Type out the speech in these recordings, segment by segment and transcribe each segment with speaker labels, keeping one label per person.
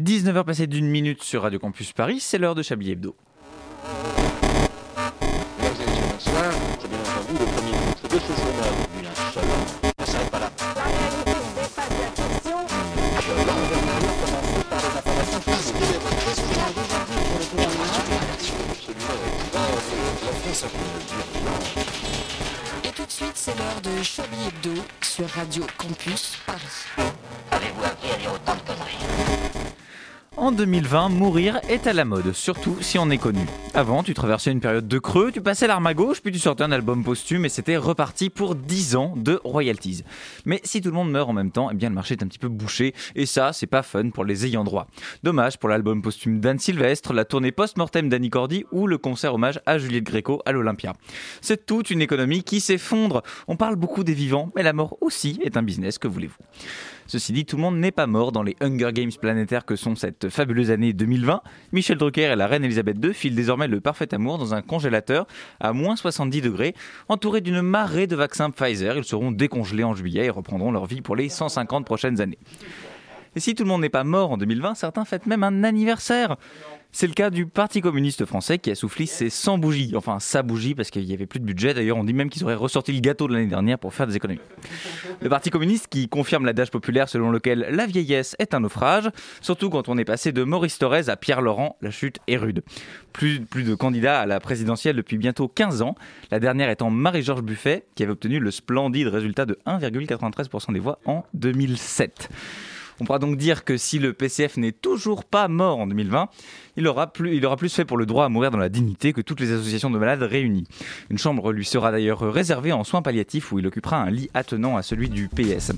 Speaker 1: 19h passée d'une minute sur Radio Campus Paris, c'est l'heure de Chablis Hebdo.
Speaker 2: Mesdames et messieurs, bonsoir. J'ai bien entendu le premier titre de ce journal. Une insolence. Ça s'arrête pas là.
Speaker 3: Et tout de suite, c'est l'heure de Chablis Hebdo sur Radio Campus Paris.
Speaker 1: En 2020, mourir est à la mode, surtout si on est connu. Avant, tu traversais une période de creux, tu passais l'arme à gauche, puis tu sortais un album posthume et c'était reparti pour 10 ans de royalties. Mais si tout le monde meurt en même temps, eh bien le marché est un petit peu bouché et ça, c'est pas fun pour les ayants droit. Dommage pour l'album posthume d'Anne Sylvestre, la tournée post-mortem d'Annie Cordy ou le concert hommage à Juliette Gréco à l'Olympia. C'est toute une économie qui s'effondre. On parle beaucoup des vivants, mais la mort aussi est un business, que voulez-vous Ceci dit, tout le monde n'est pas mort dans les Hunger Games planétaires que sont cette fabuleuse année 2020. Michel Drucker et la reine Elisabeth II filent désormais le parfait amour dans un congélateur à moins 70 degrés. Entourés d'une marée de vaccins Pfizer, ils seront décongelés en juillet et reprendront leur vie pour les 150 prochaines années. Et si tout le monde n'est pas mort en 2020, certains fêtent même un anniversaire. C'est le cas du Parti communiste français qui a soufflé ses 100 bougies, enfin sa bougie parce qu'il n'y avait plus de budget. D'ailleurs, on dit même qu'ils auraient ressorti le gâteau de l'année dernière pour faire des économies. Le Parti communiste qui confirme l'adage populaire selon lequel la vieillesse est un naufrage, surtout quand on est passé de Maurice Thorez à Pierre Laurent, la chute est rude. Plus, plus de candidats à la présidentielle depuis bientôt 15 ans, la dernière étant Marie-Georges Buffet qui avait obtenu le splendide résultat de 1,93% des voix en 2007. On pourra donc dire que si le PCF n'est toujours pas mort en 2020, il aura, plus, il aura plus fait pour le droit à mourir dans la dignité que toutes les associations de malades réunies. Une chambre lui sera d'ailleurs réservée en soins palliatifs où il occupera un lit attenant à celui du PS.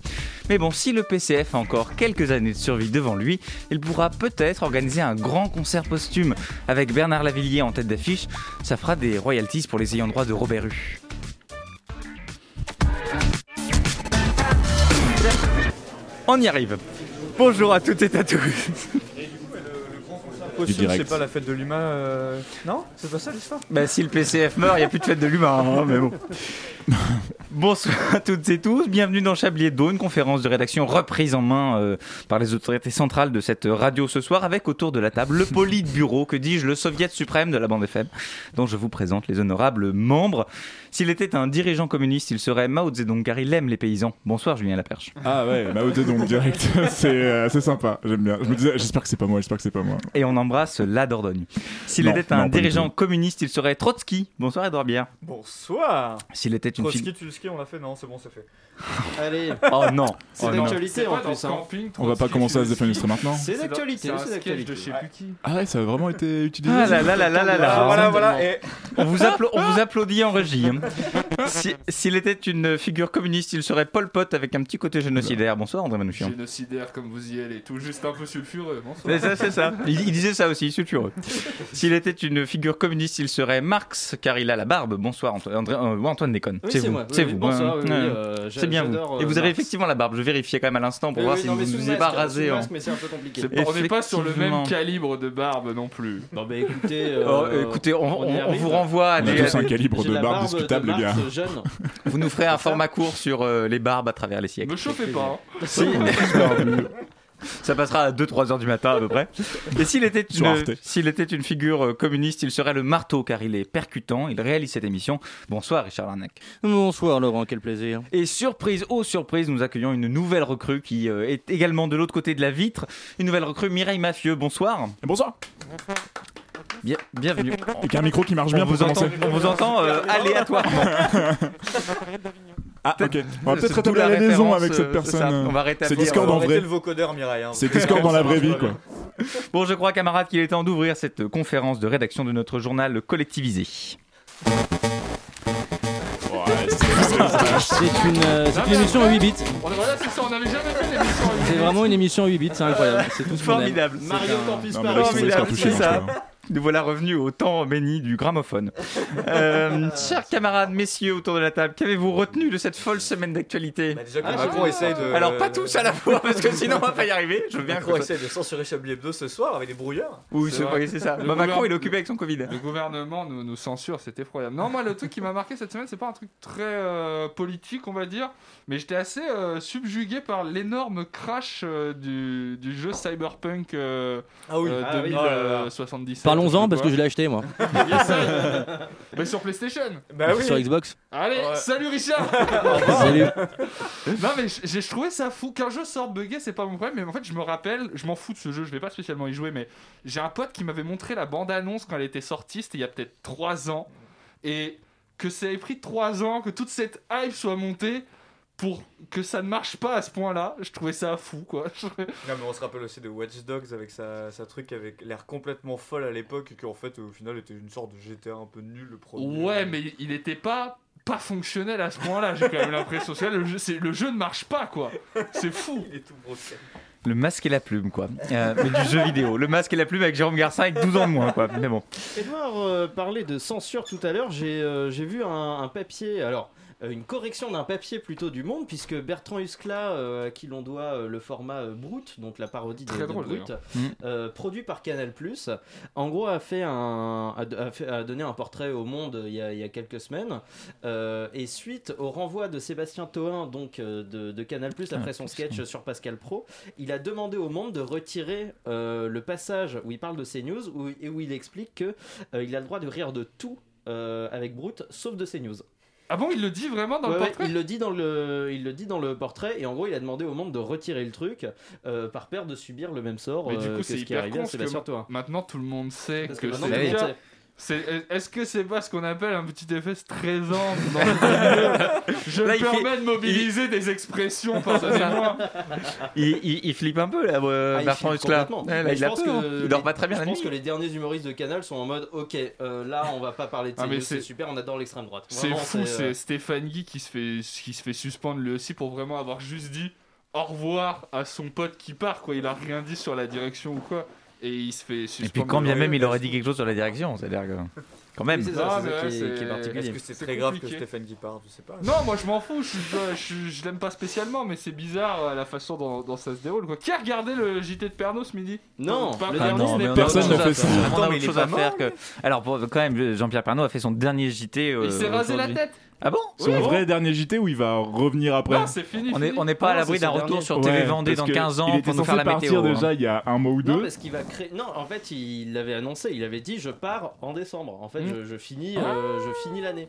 Speaker 1: Mais bon, si le PCF a encore quelques années de survie devant lui, il pourra peut-être organiser un grand concert posthume avec Bernard Lavillier en tête d'affiche. Ça fera des royalties pour les ayants droit de Robert Hue. On y arrive. Bonjour à toutes et à tous.
Speaker 4: Possible,
Speaker 5: direct.
Speaker 4: c'est pas la fête de l'humain. euh, Non C'est pas ça l'histoire
Speaker 1: Bah, si le PCF meurt, il n'y a plus de fête de l'humain, hein, mais bon. Bonsoir à toutes et tous, bienvenue dans Chablier d'eau, une conférence de rédaction reprise en main euh, par les autorités centrales de cette radio ce soir, avec autour de la table le Politburo, que dis-je, le soviet suprême de la bande FM, dont je vous présente les honorables membres. S'il était un dirigeant communiste, il serait Mao Zedong, car il aime les paysans. Bonsoir Julien Laperche.
Speaker 5: Ah ouais, Mao Zedong direct. c'est euh, c'est sympa, j'aime bien. Je me disais, j'espère que c'est pas moi, j'espère que c'est pas moi.
Speaker 1: Et on embrasse la Dordogne. S'il
Speaker 5: Non,
Speaker 1: était un
Speaker 5: non, pas du
Speaker 1: dirigeant
Speaker 5: tout.
Speaker 1: communiste, il serait Trotsky. Bonsoir Edouard Bière.
Speaker 4: Bonsoir
Speaker 1: S'il était une fille...
Speaker 4: Trotsky, Tulski, on l'a fait Non, c'est bon, c'est fait.
Speaker 6: Allez,
Speaker 1: Oh non,
Speaker 6: c'est
Speaker 1: Oh non.
Speaker 6: d'actualité en plus. hein.
Speaker 5: On va pas commencer à se définir maintenant.
Speaker 6: C'est d'actualité, c'est d'actualité.
Speaker 4: qui.
Speaker 5: Ah ouais, ça a vraiment été utilisé.
Speaker 1: Ah
Speaker 5: ça
Speaker 1: là là là là là là.
Speaker 4: Ah, voilà, voilà. Et
Speaker 1: On vous, appla- on vous applaudit en régie. hein. Si- S'il était une figure communiste, il serait Pol Pot avec un petit côté génocidaire. Bonsoir André Manouchian.
Speaker 7: Génocidaire comme vous y allez, tout juste un peu sulfureux, bonsoir.
Speaker 1: C'est ça, c'est ça. Il, il disait ça aussi, sulfureux. S'il était une figure communiste, il serait Marx, car il a la barbe. Bonsoir Antoine, André- euh, Antoine Déconne.
Speaker 6: Oui,
Speaker 1: c'est vous.
Speaker 6: moi, oui,
Speaker 1: c'est
Speaker 6: oui,
Speaker 1: vous. hein.
Speaker 6: bonsoir,
Speaker 1: Ouais.
Speaker 6: oui, oui,
Speaker 1: Ouais.
Speaker 6: euh, j'a-
Speaker 1: c'est bien vous.
Speaker 6: j'adore,
Speaker 1: Et
Speaker 6: euh,
Speaker 1: vous avez
Speaker 6: Marx.
Speaker 1: effectivement la barbe. Je vérifiais quand même à l'instant pour
Speaker 6: Oui,
Speaker 1: voir
Speaker 6: oui,
Speaker 1: si
Speaker 6: non, mais
Speaker 1: vous
Speaker 6: sous
Speaker 1: vous êtes
Speaker 6: masque,
Speaker 1: pas
Speaker 6: sous
Speaker 1: rasé. en-
Speaker 6: masque, mais c'est un peu compliqué.
Speaker 1: C'est-
Speaker 7: On n'est pas sur le
Speaker 1: Effectivement.
Speaker 7: même calibre de barbe non plus.
Speaker 6: Bon, bah écoutez,
Speaker 1: Oh,
Speaker 6: euh,
Speaker 1: écoutez, on,
Speaker 6: on
Speaker 1: on-
Speaker 6: y
Speaker 1: on
Speaker 6: arrive.
Speaker 1: vous renvoie à
Speaker 5: On a
Speaker 1: des-
Speaker 5: tous un calibre
Speaker 6: j'ai
Speaker 5: de
Speaker 6: la
Speaker 5: barbe
Speaker 6: de
Speaker 5: discutable, les gars.
Speaker 6: Marx jeune.
Speaker 1: Vous nous ferez un format court sur euh, les barbes à travers les siècles.
Speaker 7: Me chauffez pas. hein.
Speaker 1: Si. Ça passera à 2-3 heures du matin à peu près. Et s'il était,
Speaker 5: Sur
Speaker 1: une,
Speaker 5: Arte.
Speaker 1: s'il était une figure euh, communiste, il serait le marteau car il est percutant, il réalise cette émission. Bonsoir Richard Larnac.
Speaker 6: Bonsoir Laurent, quel plaisir.
Speaker 1: Et surprise, oh surprise, nous accueillons une nouvelle recrue qui euh, est également de l'autre côté de la vitre. Une nouvelle recrue, Mireille Mafieux, bonsoir.
Speaker 5: Bonsoir.
Speaker 1: Bien, bienvenue.
Speaker 5: Avec un micro qui marche bien
Speaker 1: On
Speaker 5: pour
Speaker 1: vous entend,
Speaker 5: commencer.
Speaker 1: on vous entend euh, aléatoirement.
Speaker 5: Ah ok. On va
Speaker 1: C'est
Speaker 5: peut-être
Speaker 1: tout
Speaker 5: rétablir la liaison
Speaker 1: référence,
Speaker 5: avec cette
Speaker 1: euh, c'est ça.
Speaker 5: personne.
Speaker 1: On
Speaker 5: euh,
Speaker 1: va rétablir.
Speaker 5: C'est Discord
Speaker 4: on va
Speaker 5: en
Speaker 4: arrêter
Speaker 5: vrai.
Speaker 4: le vocodeur, Mireille. hein.
Speaker 5: C'est Discord dans la vraie vie, quoi.
Speaker 1: Bon, je crois, camarades, qu'il est temps d'ouvrir cette conférence de rédaction de notre journal collectivisé.
Speaker 5: Ouais, c'est-
Speaker 8: Ah,
Speaker 6: C'est une, euh, c'est une émission à 8 bits.
Speaker 7: On est- voilà, c'est ça, on n'avait jamais fait l'émission.
Speaker 6: C'est vraiment une émission à 8 bits, c'est incroyable. C'est tout ce qu'on aime.
Speaker 1: Formidable.
Speaker 6: Mario Campus
Speaker 5: Non mais laisse tomber, c'est un
Speaker 1: Formidable,
Speaker 5: touché,
Speaker 1: c'est
Speaker 5: non, je
Speaker 1: ça.
Speaker 5: crois.
Speaker 1: Nous voilà revenus au temps béni du gramophone. Euh, chers camarades, messieurs autour de la table, qu'avez-vous retenu de cette folle semaine d'actualité Ah,
Speaker 4: Bah, déjà que
Speaker 6: Ah,
Speaker 4: Macron essaye de.
Speaker 1: Alors pas tous à la fois, parce que sinon on va pas y arriver. Je veux bien
Speaker 4: Macron
Speaker 1: que...
Speaker 4: essaye de censurer Chablis Hebdo ce soir avec des brouilleurs.
Speaker 1: Oui,
Speaker 7: C'est
Speaker 1: c'est
Speaker 7: vrai.
Speaker 1: vrai, c'est ça.
Speaker 7: Le
Speaker 1: Bah, Macron,
Speaker 7: gouvernement-
Speaker 1: il est occupé avec son Covid.
Speaker 7: Le gouvernement nous, nous censure, c'est effroyable. Non, moi, le truc qui m'a marqué cette semaine, c'est pas un truc très euh, politique, on va dire, mais j'étais assez euh, subjugué par l'énorme crash euh, du, du jeu Cyberpunk euh,
Speaker 4: Ah
Speaker 7: euh, 2077.
Speaker 6: Parlons-en parce que je l'ai acheté moi.
Speaker 7: Mais sur PlayStation
Speaker 4: Bah oui.
Speaker 6: Sur Xbox.
Speaker 7: Allez,
Speaker 4: Ouais.
Speaker 7: salut Richard
Speaker 6: Salut.
Speaker 7: Non mais j- j'ai trouvé ça fou qu'un jeu sorte buggé, c'est pas mon problème. Mais en fait, je me rappelle, je m'en fous de ce jeu, je vais pas spécialement y jouer. Mais j'ai un pote qui m'avait montré la bande annonce quand elle était sortie, c'était il y a peut-être 3 ans, et que ça ait pris 3 ans, que toute cette hype soit montée pour que ça ne marche pas à ce point-là. Je trouvais ça fou, quoi.
Speaker 4: Non, mais on se rappelle aussi de Watch Dogs avec sa, sa truc avec l'air complètement folle à l'époque et qui en fait au final était une sorte de GTA un peu nul le premier.
Speaker 7: Ouais, mais il était pas pas fonctionnel à ce point-là. J'ai quand même l'impression que le jeu, c'est- le jeu ne marche pas, quoi. C'est fou.
Speaker 4: Il est tout brossé.
Speaker 1: Le masque et la plume, quoi. Euh, mais du jeu vidéo. Le masque et la plume avec Jérôme Garcin avec 12 ans de moins, quoi. Mais bon.
Speaker 8: Edouard euh, parlait de censure tout à l'heure. J'ai euh, j'ai vu un, un papier, alors euh, une correction d'un papier plutôt du Monde, puisque Bertrand Huskla, euh, à qui l'on doit euh, le format euh, Brut, donc la parodie de,
Speaker 7: Très
Speaker 8: de
Speaker 7: drôle,
Speaker 8: Brut,
Speaker 1: Mm.
Speaker 8: euh, produit par Canal+, en gros a fait un a, a fait- a donné un portrait au Monde euh, il y a, il y a quelques semaines, Euh, et suite au renvoi de Sébastien Toin donc euh, de, de Canal+, après son sketch sur Pascal Pro, il a demandé au Monde de retirer euh, le passage où il parle de CNews où, et où il explique que euh, il a le droit de rire de tout euh, avec Brut, sauf de CNews.
Speaker 7: Ah bon, il le dit vraiment dans
Speaker 8: Ouais,
Speaker 7: le
Speaker 8: ouais,
Speaker 7: portrait
Speaker 8: il le dit dans le, il le dit dans le portrait et en gros il a demandé au monde de retirer le truc euh, par peur de subir le même sort
Speaker 7: Mais du
Speaker 8: euh,
Speaker 7: coup,
Speaker 8: que
Speaker 7: c'est
Speaker 8: ce qui est
Speaker 7: hyper
Speaker 8: arrivé
Speaker 7: con,
Speaker 8: à
Speaker 7: parce
Speaker 8: Sébastien
Speaker 7: que-
Speaker 8: Toin.
Speaker 7: Maintenant, tout le monde sait
Speaker 8: Parce que
Speaker 7: que,
Speaker 8: maintenant,
Speaker 7: c'est
Speaker 8: tout le
Speaker 7: le
Speaker 8: monde
Speaker 7: cas.
Speaker 8: sait.
Speaker 7: C'est- Est-ce que c'est pas ce qu'on appelle un petit effet stressant dans le milieu Je
Speaker 1: Là,
Speaker 7: me
Speaker 1: il fait-
Speaker 7: permets de mobiliser des expressions personnellement.
Speaker 1: Il, il- il flippe un peu, là, euh,
Speaker 8: Ah, il
Speaker 1: Bertrand
Speaker 8: flippe
Speaker 1: Huskla.
Speaker 8: complètement.
Speaker 1: Ouais, là,
Speaker 8: Mais
Speaker 1: il
Speaker 8: je
Speaker 1: a
Speaker 8: pense
Speaker 1: peur. hein.
Speaker 8: que-
Speaker 1: Il dort pas très bien
Speaker 8: Je
Speaker 1: la
Speaker 8: pense
Speaker 1: nuit.
Speaker 8: que les derniers humoristes de Canal sont en mode ok euh, là on va pas parler de
Speaker 7: Ah,
Speaker 8: CNews,
Speaker 7: mais
Speaker 8: c'est
Speaker 7: c'est-
Speaker 8: super on adore l'extrême droite.
Speaker 7: C'est
Speaker 8: Vraiment,
Speaker 7: fou,
Speaker 8: euh,
Speaker 7: c'est Stéphane Guy qui se, fait, qui se fait suspendre lui aussi pour vraiment avoir juste dit au revoir à son pote qui part, quoi. Il a rien dit sur la direction ou quoi. Et il se fait
Speaker 1: Et
Speaker 7: suspendre.
Speaker 1: puis quand bien
Speaker 7: de-
Speaker 1: même il aurait dit quelque chose sur la direction, c'est-à-dire que... Quand même.
Speaker 8: Oui, c'est ça,
Speaker 7: Ah,
Speaker 8: c'est
Speaker 7: mais
Speaker 8: ça
Speaker 7: ouais,
Speaker 8: qui est- qui est
Speaker 7: c'est-
Speaker 4: Est-ce
Speaker 8: particulier.
Speaker 4: que c'est
Speaker 7: C'est
Speaker 4: très grave que
Speaker 7: compliqué.
Speaker 4: Stéphane Guy parte Je sais pas.
Speaker 7: Non, moi je m'en fous, je, je, je- je l'aime pas spécialement, mais c'est bizarre euh, la façon dont, dont ça se déroule. Quoi. Qui a regardé le JT de Pernod ce midi
Speaker 8: Non.
Speaker 7: Pas-
Speaker 8: Le
Speaker 7: Ah
Speaker 8: dernier,
Speaker 7: non,
Speaker 8: ce
Speaker 1: mais
Speaker 8: n'est
Speaker 1: on a
Speaker 8: pas-
Speaker 5: personne
Speaker 1: autre
Speaker 5: ne
Speaker 1: chose
Speaker 5: fait
Speaker 1: à-
Speaker 5: ça.
Speaker 1: on a
Speaker 4: Attends, mais
Speaker 1: autre
Speaker 4: il est
Speaker 1: chose
Speaker 4: pas
Speaker 1: à faire que. Alors, pour- quand même, euh, Jean-Pierre Pernaut a fait son dernier JT. euh,
Speaker 7: Il s'est rasé la
Speaker 1: aujourd'hui.
Speaker 7: tête
Speaker 1: Ah bon
Speaker 5: Son
Speaker 7: Oui, oh.
Speaker 5: vrai dernier JT où il va revenir après.
Speaker 7: Non, c'est fini.
Speaker 1: On n'est
Speaker 7: fini.
Speaker 1: on n'est pas à
Speaker 8: Non,
Speaker 1: l'abri
Speaker 8: c'est
Speaker 1: d'un
Speaker 8: son
Speaker 1: retour
Speaker 8: dernier.
Speaker 1: sur TV
Speaker 5: Ouais,
Speaker 1: Vendée
Speaker 5: parce
Speaker 1: dans
Speaker 5: que
Speaker 1: 15
Speaker 5: il
Speaker 1: ans
Speaker 5: était
Speaker 1: pour nous
Speaker 5: censé
Speaker 1: faire la
Speaker 5: partir
Speaker 1: météo. hein.
Speaker 5: déjà il y a un mois ou
Speaker 8: Non,
Speaker 5: deux.
Speaker 8: parce qu'il va créer. Non, en fait, il l'avait annoncé. Il avait dit, je pars en décembre. En fait,
Speaker 7: Mm.
Speaker 8: je, je finis, euh, je finis l'année.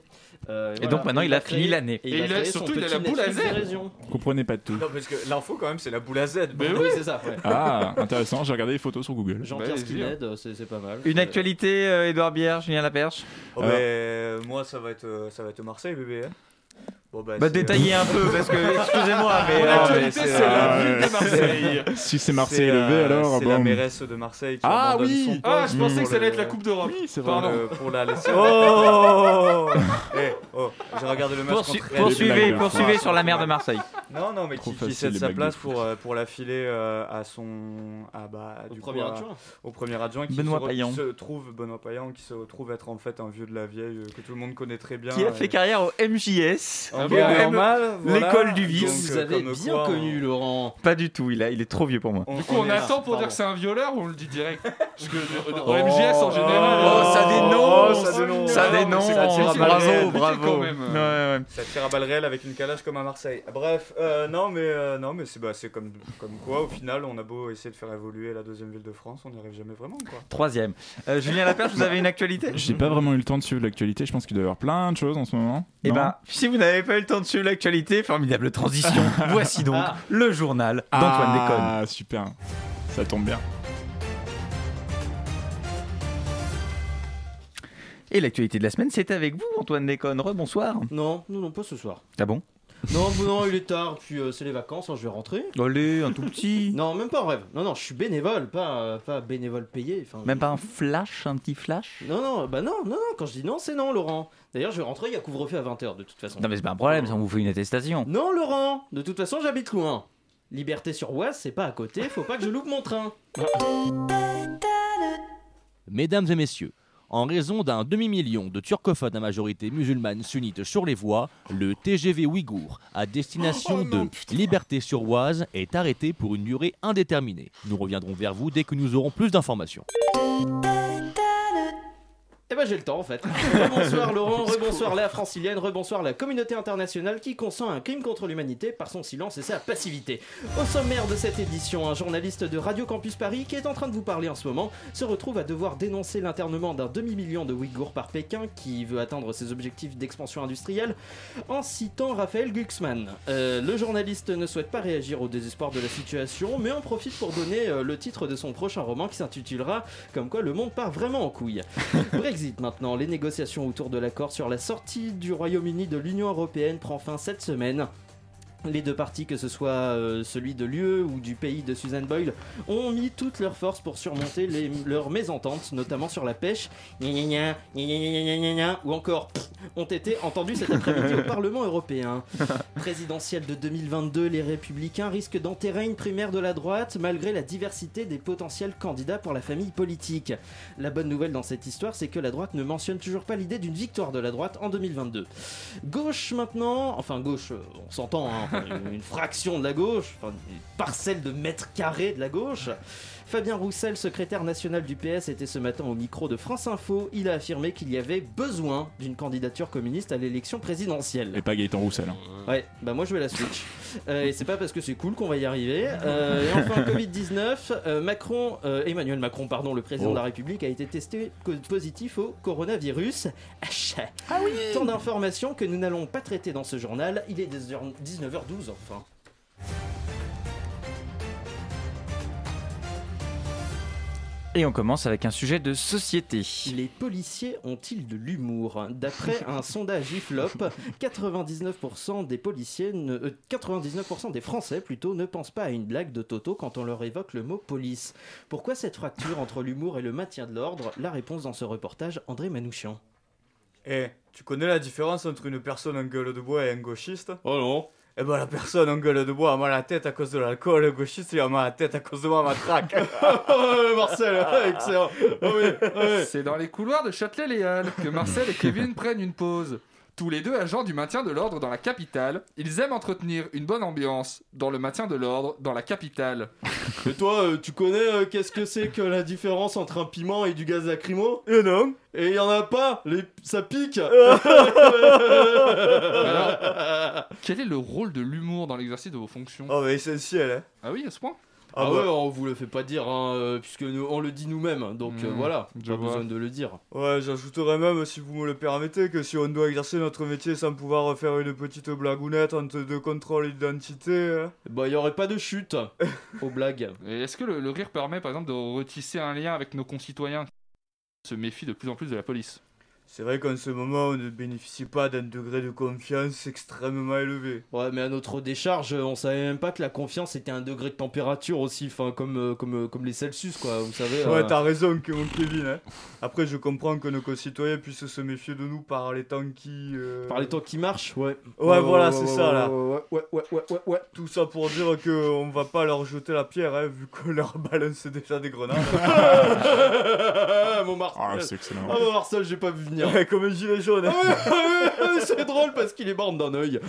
Speaker 8: Euh,
Speaker 1: Et donc maintenant, il a fini
Speaker 8: créé-
Speaker 1: l'année.
Speaker 8: Et,
Speaker 7: Et il a-
Speaker 8: créé son
Speaker 7: surtout, il a
Speaker 8: petit
Speaker 7: la boule à
Speaker 8: Netflix
Speaker 7: zèbre.
Speaker 8: des régions.
Speaker 5: Vous comprenez pas de tout.
Speaker 4: Non, parce que l'info quand même c'est la boule à Z.
Speaker 7: Mais
Speaker 8: Oui, c'est ça. ouais.
Speaker 5: Ah, intéressant, j'ai regardé les photos sur Google.
Speaker 8: Jean-Pierre
Speaker 7: Bah, allez-y, hein.
Speaker 8: Skinhead, euh, c'est c'est pas mal.
Speaker 1: Une
Speaker 8: Euh,
Speaker 1: actualité, euh, Édouard Bière, Julien Laperche
Speaker 4: Oh,
Speaker 5: Alors.
Speaker 4: mais moi ça va être euh, ça va être Marseille bébé. hein. Bon bah,
Speaker 1: Bah
Speaker 4: c'est-
Speaker 1: détaillez un peu parce que excusez-moi mais, euh,
Speaker 7: Mon
Speaker 1: mais
Speaker 7: actualité,
Speaker 1: c'est-
Speaker 7: c'est la
Speaker 5: euh,
Speaker 7: ville de
Speaker 5: c'est-
Speaker 7: Marseille.
Speaker 5: Si c'est
Speaker 4: c'est,
Speaker 5: Marseille
Speaker 4: euh,
Speaker 5: élevé alors
Speaker 4: c'est
Speaker 5: bon.
Speaker 4: la mairesse de Marseille qui
Speaker 5: Ah
Speaker 4: abandonne
Speaker 5: oui.
Speaker 4: son poste
Speaker 7: Ah, je
Speaker 5: Mm.
Speaker 7: pensais
Speaker 4: pour
Speaker 7: que ça allait
Speaker 4: le-
Speaker 7: être la Coupe d'Europe.
Speaker 5: Oui, c'est
Speaker 4: pour
Speaker 5: vrai. Euh,
Speaker 7: Pardon.
Speaker 4: le- pour la laisser. Oh, Eh, oh, j'ai regardé le match
Speaker 1: Poursu-
Speaker 4: contre Rennes.
Speaker 1: poursuivez,
Speaker 5: blagues.
Speaker 1: poursuivez sur la mer de Marseille.
Speaker 4: Non, non, mais
Speaker 5: Trop
Speaker 4: qui, qui
Speaker 5: facile,
Speaker 4: cède
Speaker 5: les
Speaker 4: sa
Speaker 5: bagues de
Speaker 4: place
Speaker 5: foot.
Speaker 4: pour, euh, pour la filer euh, à son. À, bah,
Speaker 8: Au
Speaker 4: du
Speaker 8: premier
Speaker 4: coup, à-
Speaker 8: adjoint.
Speaker 4: au premier adjoint qui,
Speaker 1: Benoît
Speaker 4: se, re-
Speaker 1: Payan.
Speaker 4: qui se trouve, Benoît Payan, qui se retrouve être en fait un vieux de la vieille euh, que tout le monde connaît très bien. euh,
Speaker 1: Qui a
Speaker 4: et-
Speaker 1: fait carrière au MJS
Speaker 4: en
Speaker 1: au
Speaker 4: bien et en
Speaker 1: M-
Speaker 4: mal, voilà.
Speaker 1: l'école du
Speaker 8: Que
Speaker 1: vice.
Speaker 4: Donc,
Speaker 8: vous
Speaker 4: euh,
Speaker 8: avez
Speaker 4: comme
Speaker 8: bien
Speaker 4: quoi, on-
Speaker 8: connu, Laurent.
Speaker 1: Pas du tout, il, a, il est trop vieux pour moi.
Speaker 7: Du coup, on
Speaker 8: est là.
Speaker 7: attend pour
Speaker 8: Pardon.
Speaker 7: dire que c'est un violeur ou on le dit direct Parce que au MGS en général. hein.
Speaker 1: Oh, ça dénonce.
Speaker 4: Oh, ça dénonce
Speaker 1: Ça
Speaker 7: Ah, mais
Speaker 1: dénonce,
Speaker 7: c'est-
Speaker 4: c'est-
Speaker 1: bravo,
Speaker 4: c'est-
Speaker 1: bravo.
Speaker 4: c'est-
Speaker 7: quand même, euh.
Speaker 1: Ouais, ouais.
Speaker 4: Ça tire à balles réelles avec une calage comme à Marseille. Bref, euh, non mais, euh, non, mais c'est bah, c'est comme, comme quoi, au final, on a beau essayer de faire évoluer la deuxième ville de France, on n'y arrive jamais vraiment. Quoi.
Speaker 1: Troisième. Euh, Julien Laperche, vous avez une actualité
Speaker 5: J'ai pas vraiment eu le temps de suivre l'actualité, je pense qu'il doit y avoir plein de choses en ce moment.
Speaker 1: Eh
Speaker 5: Non
Speaker 1: ben, si vous n'avez pas eu le temps de suivre l'actualité, formidable transition. Voici donc
Speaker 8: Ah.
Speaker 1: le journal d'Antoine Déconne.
Speaker 5: Ah, super. Ça tombe bien.
Speaker 1: Et l'actualité de la semaine, c'est avec vous, Antoine Déconne. Rebonsoir.
Speaker 8: Non, non, non, pas ce soir.
Speaker 1: Ah bon
Speaker 8: Non, bon, non, il est tard. Puis euh, c'est les vacances, hein, je vais rentrer.
Speaker 1: Allez, un tout petit.
Speaker 8: Non, même pas en rêve. Non, non, je suis bénévole, pas, euh, pas bénévole payé. Enfin,
Speaker 1: Même pas un flash, un petit flash
Speaker 8: Non, non, bah non, non, non, quand je dis non, c'est non, Laurent. D'ailleurs, je vais rentrer, il y a couvre-feu à 20h, de toute façon.
Speaker 1: Non mais c'est pas un problème, ça on vous fait une attestation.
Speaker 8: Non, Laurent, de toute façon, j'habite loin. Liberté sur Oise, c'est pas à côté, faut pas que je loupe mon train.
Speaker 6: Mesdames et messieurs, en raison d'un demi-million de turcophones à majorité musulmane sunnite sur les voies, le TGV Ouïghour à
Speaker 4: Oh,
Speaker 6: destination de Liberté-sur-Oise est arrêté pour une durée indéterminée. Nous reviendrons vers vous dès que nous aurons plus d'informations.
Speaker 8: Eh ben j'ai le temps en fait. Rebonsoir Laurent, rebonsoir la francilienne, rebonsoir la communauté internationale qui consent à un crime contre l'humanité par son silence et sa passivité. Au sommaire de cette édition, un journaliste de Radio Campus Paris qui est en train de vous parler en ce moment se retrouve à devoir dénoncer l'internement d'un demi-million de Ouïghours par Pékin qui veut atteindre ses objectifs d'expansion industrielle en citant Raphaël Glucksmann. Euh, le journaliste ne souhaite pas réagir au désespoir de la situation mais en profite pour donner euh, le titre de son prochain roman qui s'intitulera Comme quoi le monde part vraiment en couille. Brexit maintenant. Les négociations autour de l'accord sur la sortie du Royaume-Uni de l'Union européenne prend fin cette semaine. Les deux parties, que ce soit euh, celui de l'UE ou du pays de Susan Boyle, ont mis toutes leurs forces pour surmonter les- leurs mésententes, notamment sur la pêche, gna gna gna, gna gna gna gna gna gna, ou encore pff, ont été entendues cet après-midi au Parlement européen. Présidentielle de 2022, les Républicains risquent d'enterrer une primaire de la droite malgré la diversité des potentiels candidats pour la famille politique. La bonne nouvelle dans cette histoire, c'est que la droite ne mentionne toujours pas l'idée d'une victoire de la droite en 2022. Gauche maintenant, enfin gauche, euh, on s'entend, hein, enfin, une- une fraction de la gauche, enfin une parcelle de mètre carré de la gauche. Fabien Roussel, secrétaire national du PS, était ce matin au micro de France Info. Il a affirmé qu'il y avait besoin d'une candidature communiste à l'élection présidentielle.
Speaker 5: Et pas Gaëtan Roussel. hein.
Speaker 8: Ouais, bah moi je vais la Switch. Euh, et c'est pas parce que c'est cool qu'on va y arriver. Euh, et enfin, Covid-19, euh, Macron, euh, Emmanuel Macron, pardon, le président de la République, a été testé co- positif au coronavirus. Ah oui Tant d'informations que nous n'allons pas traiter dans ce journal. Il est 19h- 19h12 enfin.
Speaker 1: Et on commence avec un sujet de société.
Speaker 8: Les policiers ont-ils de l'humour D'après un sondage IFLOP, 99% des policiers, ne- euh, 99% des Français plutôt, ne pensent pas à une blague de Toto quand on leur évoque le mot police. Pourquoi cette fracture entre l'humour et le maintien de l'ordre La réponse dans ce reportage, André Manouchian.
Speaker 4: Eh, tu connais la différence entre une personne en gueule de bois et un gauchiste
Speaker 8: Oh non
Speaker 4: Eh ben la personne en gueule de bois a mal à la tête à cause de l'alcool, le gauchiste il a mal à la tête à cause de moi, ma craque
Speaker 8: Ah, Marcel, excellent
Speaker 7: C'est dans les couloirs de Châtelet-Léal que Marcel et Kevin prennent une pause. Tous les deux agents du maintien de l'ordre dans la capitale, ils aiment entretenir une bonne ambiance dans le maintien de l'ordre dans la capitale.
Speaker 8: Et toi, euh, tu connais qu'est-ce que c'est que la différence entre un piment et du gaz lacrymo
Speaker 4: Et Eh non Eh.
Speaker 8: Et il y en a pas Ça pique
Speaker 7: Ah Quel est le rôle de l'humour dans l'exercice de vos fonctions
Speaker 4: Oh mais essentiel, hein
Speaker 7: Ah oui, à ce point
Speaker 8: Ah,
Speaker 4: bah,
Speaker 8: ouais, on vous le fait pas dire, hein, euh, puisque nous, on le dit nous-mêmes, donc euh,
Speaker 7: Mmh,
Speaker 8: voilà,
Speaker 7: je
Speaker 8: pas
Speaker 7: vois.
Speaker 8: besoin de le dire.
Speaker 4: Ouais, j'ajouterais même, si vous me le permettez, que si on doit exercer notre métier sans pouvoir faire une petite blagounette entre deux contrôles d'identité... hein.
Speaker 8: Bah, il y aurait pas de chute aux blagues.
Speaker 7: Et Est-ce que le, le rire permet par exemple de retisser un lien avec nos concitoyens qui se méfient de plus en plus de la police
Speaker 4: C'est vrai qu'en ce moment, on ne bénéficie pas d'un degré de confiance extrêmement élevé.
Speaker 8: Ouais, mais à notre décharge, on savait même pas que la confiance était un degré de température aussi, enfin, comme, euh, comme, euh, comme les Celsius, quoi, vous savez.
Speaker 4: Ouais,
Speaker 8: euh,
Speaker 4: t'as raison, que mon Kevin. hein. Après, je comprends que nos concitoyens puissent se méfier de nous par les temps qui. euh,
Speaker 8: par les temps qui marchent, ouais.
Speaker 4: Ouais, voilà, c'est ça, là.
Speaker 8: Ouais, ouais, ouais, ouais, ouais, ouais.
Speaker 4: Tout ça pour dire qu'on va pas leur jeter la pierre, hein, vu qu'on leur balance déjà des grenades.
Speaker 8: Ah, mon Marcel.
Speaker 5: Ah, c'est excellent.
Speaker 8: Ah, mon Marcel, j'ai pas vu venir.
Speaker 4: Ouais, Comme un gilet jaune. hein.
Speaker 8: Ah ouais, ah ouais, ouais, c'est drôle parce qu'il est borne d'un œil.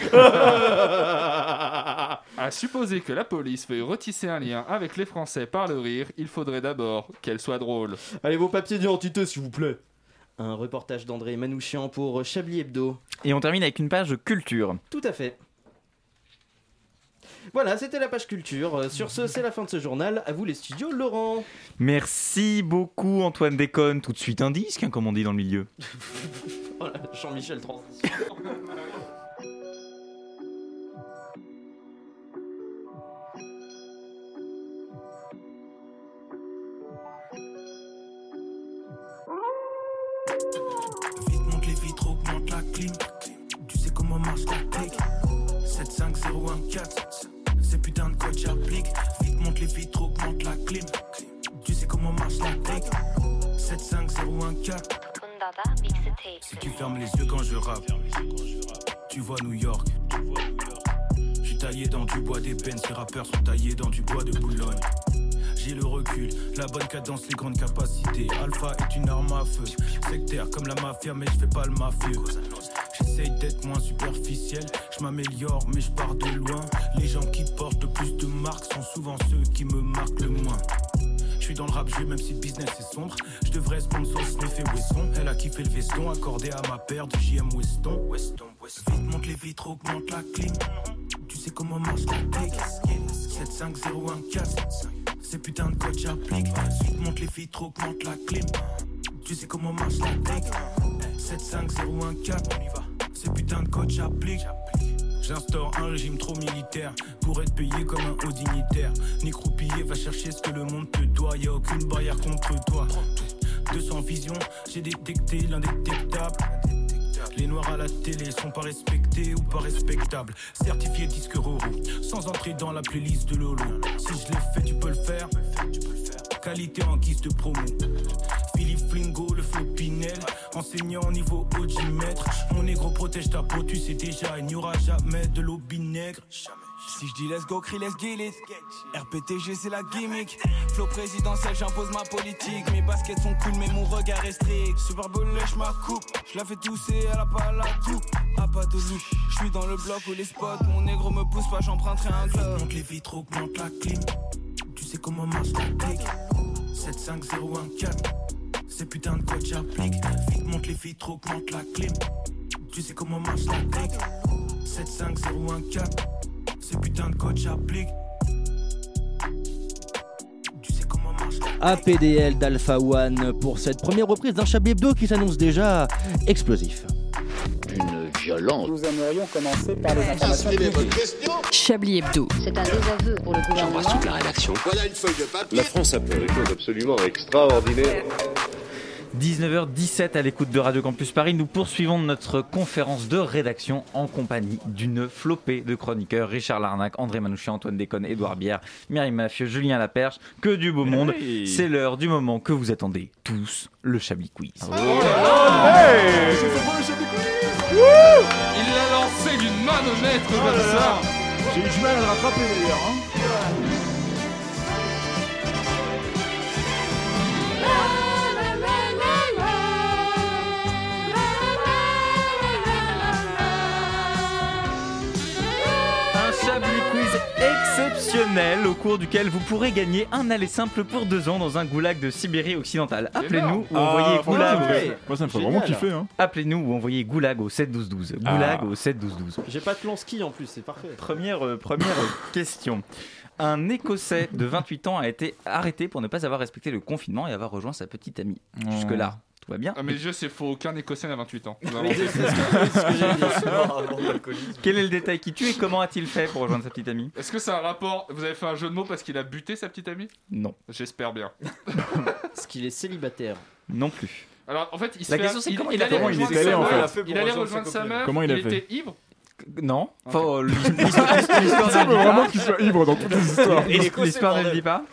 Speaker 7: À supposer que la police veuille retisser un lien avec les Français par le rire, il faudrait d'abord qu'elle soit drôle.
Speaker 8: Allez, vos papiers d'identité, s'il vous plaît. Un reportage d'André Manouchian pour euh, Chablis Hebdo.
Speaker 1: Et on termine avec une page culture.
Speaker 8: Tout à fait. Voilà, c'était la page culture. Euh, Sur ce, c'est la fin de ce journal. À vous les studios, Laurent.
Speaker 1: Merci beaucoup Antoine Déconne. Tout de suite un disque, hein, comme on dit dans le milieu.
Speaker 8: Oh Jean-Michel Trans.
Speaker 9: Vite monte les vitres, augmente la clim. Tu sais comment marche la clique. 75014, c'est putain de code j'applique. Vite monte les vitres, augmente la clim. Tu sais comment marche la clique. 75014, si tu fermes les yeux quand je rappe, tu vois New York. J'suis taillé dans du bois des peines, ces rappeurs sont taillés dans du bois de Boulogne. J'ai
Speaker 10: dit le recul. La bonne cadence, les grandes capacités. Alpha est une arme à feu. Sectaire comme la mafia, mais je fais pas le mafieux. J'essaye d'être moins superficiel. Je m'améliore, mais je pars de loin. Les gens qui portent le plus de marques sont souvent ceux qui me marquent le moins. Je suis dans le rap jeu, même si le business est sombre. Je devrais sponsor Smith et Wesson. Elle a kiffé le veston, accordé à ma paire de JM Weston. Weston, Weston. Vite, monte les vitres, augmente la clim. Tu sais comment marche la tech 75014 C'est putain de code j'applique Vite, monte les vitres, augmente la clim Tu sais comment marche la tech 75014 C'est putain de code j'applique J'instaure un régime trop militaire pour être payé comme un haut dignitaire. Ni croupier va chercher ce que le monde te doit, y a aucune barrière contre toi. 200 visions, j'ai détecté l'indétectable. Les noirs à la télé sont pas respectés ou pas respectables. Certifié disque Roro, sans entrer dans la playlist de Lolo. Si je l'ai fait, tu peux le faire. Qualité en guise de promo. Philippe Flingo, le faux Pinel, enseignant au niveau maître Mon négro protège ta peau, tu sais déjà, il n'y aura jamais de l'eau vinaigre. Si je dis let's go, crie let's get it. RPTG c'est la gimmick. Flow présidentiel, j'impose ma politique. Mes baskets sont cool, mais mon regard est strict. Super Bowl, lèche ma coupe. Je la fais tousser, elle a pas la coupe. Ah, pas de loup. Je suis dans le bloc où les spots. Mon négro me pousse pas, j'emprunterai un globe. Monte les vitres, augmente la clim. Tu sais comment marche la tech 75014 C'est putain de code j'applique Vite monte les vitres, augmente la clim Tu sais comment marche la tech 75014 C'est putain de code j'applique Tu sais comment marche la tech
Speaker 6: APDL d'Alpha One pour cette première reprise d'un Chablis Hebdo qui s'annonce déjà explosif.
Speaker 2: Une violence.
Speaker 9: Nous aimerions commencer par
Speaker 7: Ah,
Speaker 9: les informations
Speaker 11: Chablis Hebdo.
Speaker 12: C'est un désaveu pour le gouvernement.
Speaker 2: la rédaction.
Speaker 10: Voilà une feuille de papier
Speaker 2: La France a fait des choses absolument extraordinaires.
Speaker 1: 19h17 à l'écoute de Radio Campus Paris, nous poursuivons notre conférence de rédaction en compagnie d'une flopée de chroniqueurs Richard Larnac, André Manouchian, Antoine Déconne, Édouard Bière, Myriam Mafieux, Julien Laperche, que du beau monde. C'est l'heure du moment que vous attendez tous, le Chablis Quiz. Oh,
Speaker 9: Oh.
Speaker 7: Il l'a lancé d'une main de maître comme ça.
Speaker 5: Oh J'ai eu du mal à le rattraper d'ailleurs. hein.
Speaker 1: Un Chablis Quiz exceptionnel au cours duquel vous pourrez gagner un aller simple pour deux ans dans un goulag de Sibérie occidentale. Appelez-nous ou envoyez
Speaker 5: Ah, franchement, ça me
Speaker 1: goulag.
Speaker 5: fait- Moi, ça me fait vraiment
Speaker 8: Génial.
Speaker 5: kiffer. Hein.
Speaker 1: Appelez-nous ou envoyez goulag au 71212. Goulag
Speaker 5: Ah.
Speaker 1: au 71212.
Speaker 8: J'ai pas de plan ski en plus, c'est parfait.
Speaker 1: Première, euh, première euh, question. Un Écossais de 28 ans a été arrêté pour ne pas avoir respecté le confinement et avoir rejoint sa petite amie. Jusque-là, tout va bien.
Speaker 7: Ah, mais je sais, faut aucun Écossais à 28 ans.
Speaker 8: Oui, c'est ce que- c'est ce que j'ai dit.
Speaker 1: Quel est le détail qui tue et comment a-t-il fait pour rejoindre sa petite amie
Speaker 7: Est-ce que c'est un rapport Vous avez fait un jeu de mots parce qu'il a buté sa petite amie
Speaker 1: Non,
Speaker 7: J'espère bien.
Speaker 8: Parce qu'il est célibataire.
Speaker 1: non plus.
Speaker 7: Alors en fait, il se
Speaker 1: La
Speaker 7: fait-
Speaker 1: question, c'est comment il a
Speaker 7: allait
Speaker 1: fait
Speaker 5: Comment il est
Speaker 7: rejoindre
Speaker 5: allé,
Speaker 7: sa
Speaker 5: en
Speaker 7: meuf,
Speaker 5: fait.
Speaker 7: il allait rejoindre sa mère.
Speaker 5: Comment il a fait
Speaker 7: était ivre.
Speaker 1: Non.
Speaker 7: Ok.
Speaker 1: Enfin, euh, l'histoire l'histoire
Speaker 5: Ça
Speaker 1: ne
Speaker 5: veut
Speaker 1: le
Speaker 5: vraiment
Speaker 1: dit
Speaker 5: qu'il soit ivre dans toutes les histoires.
Speaker 1: pas. L'histoire ne le dit pas.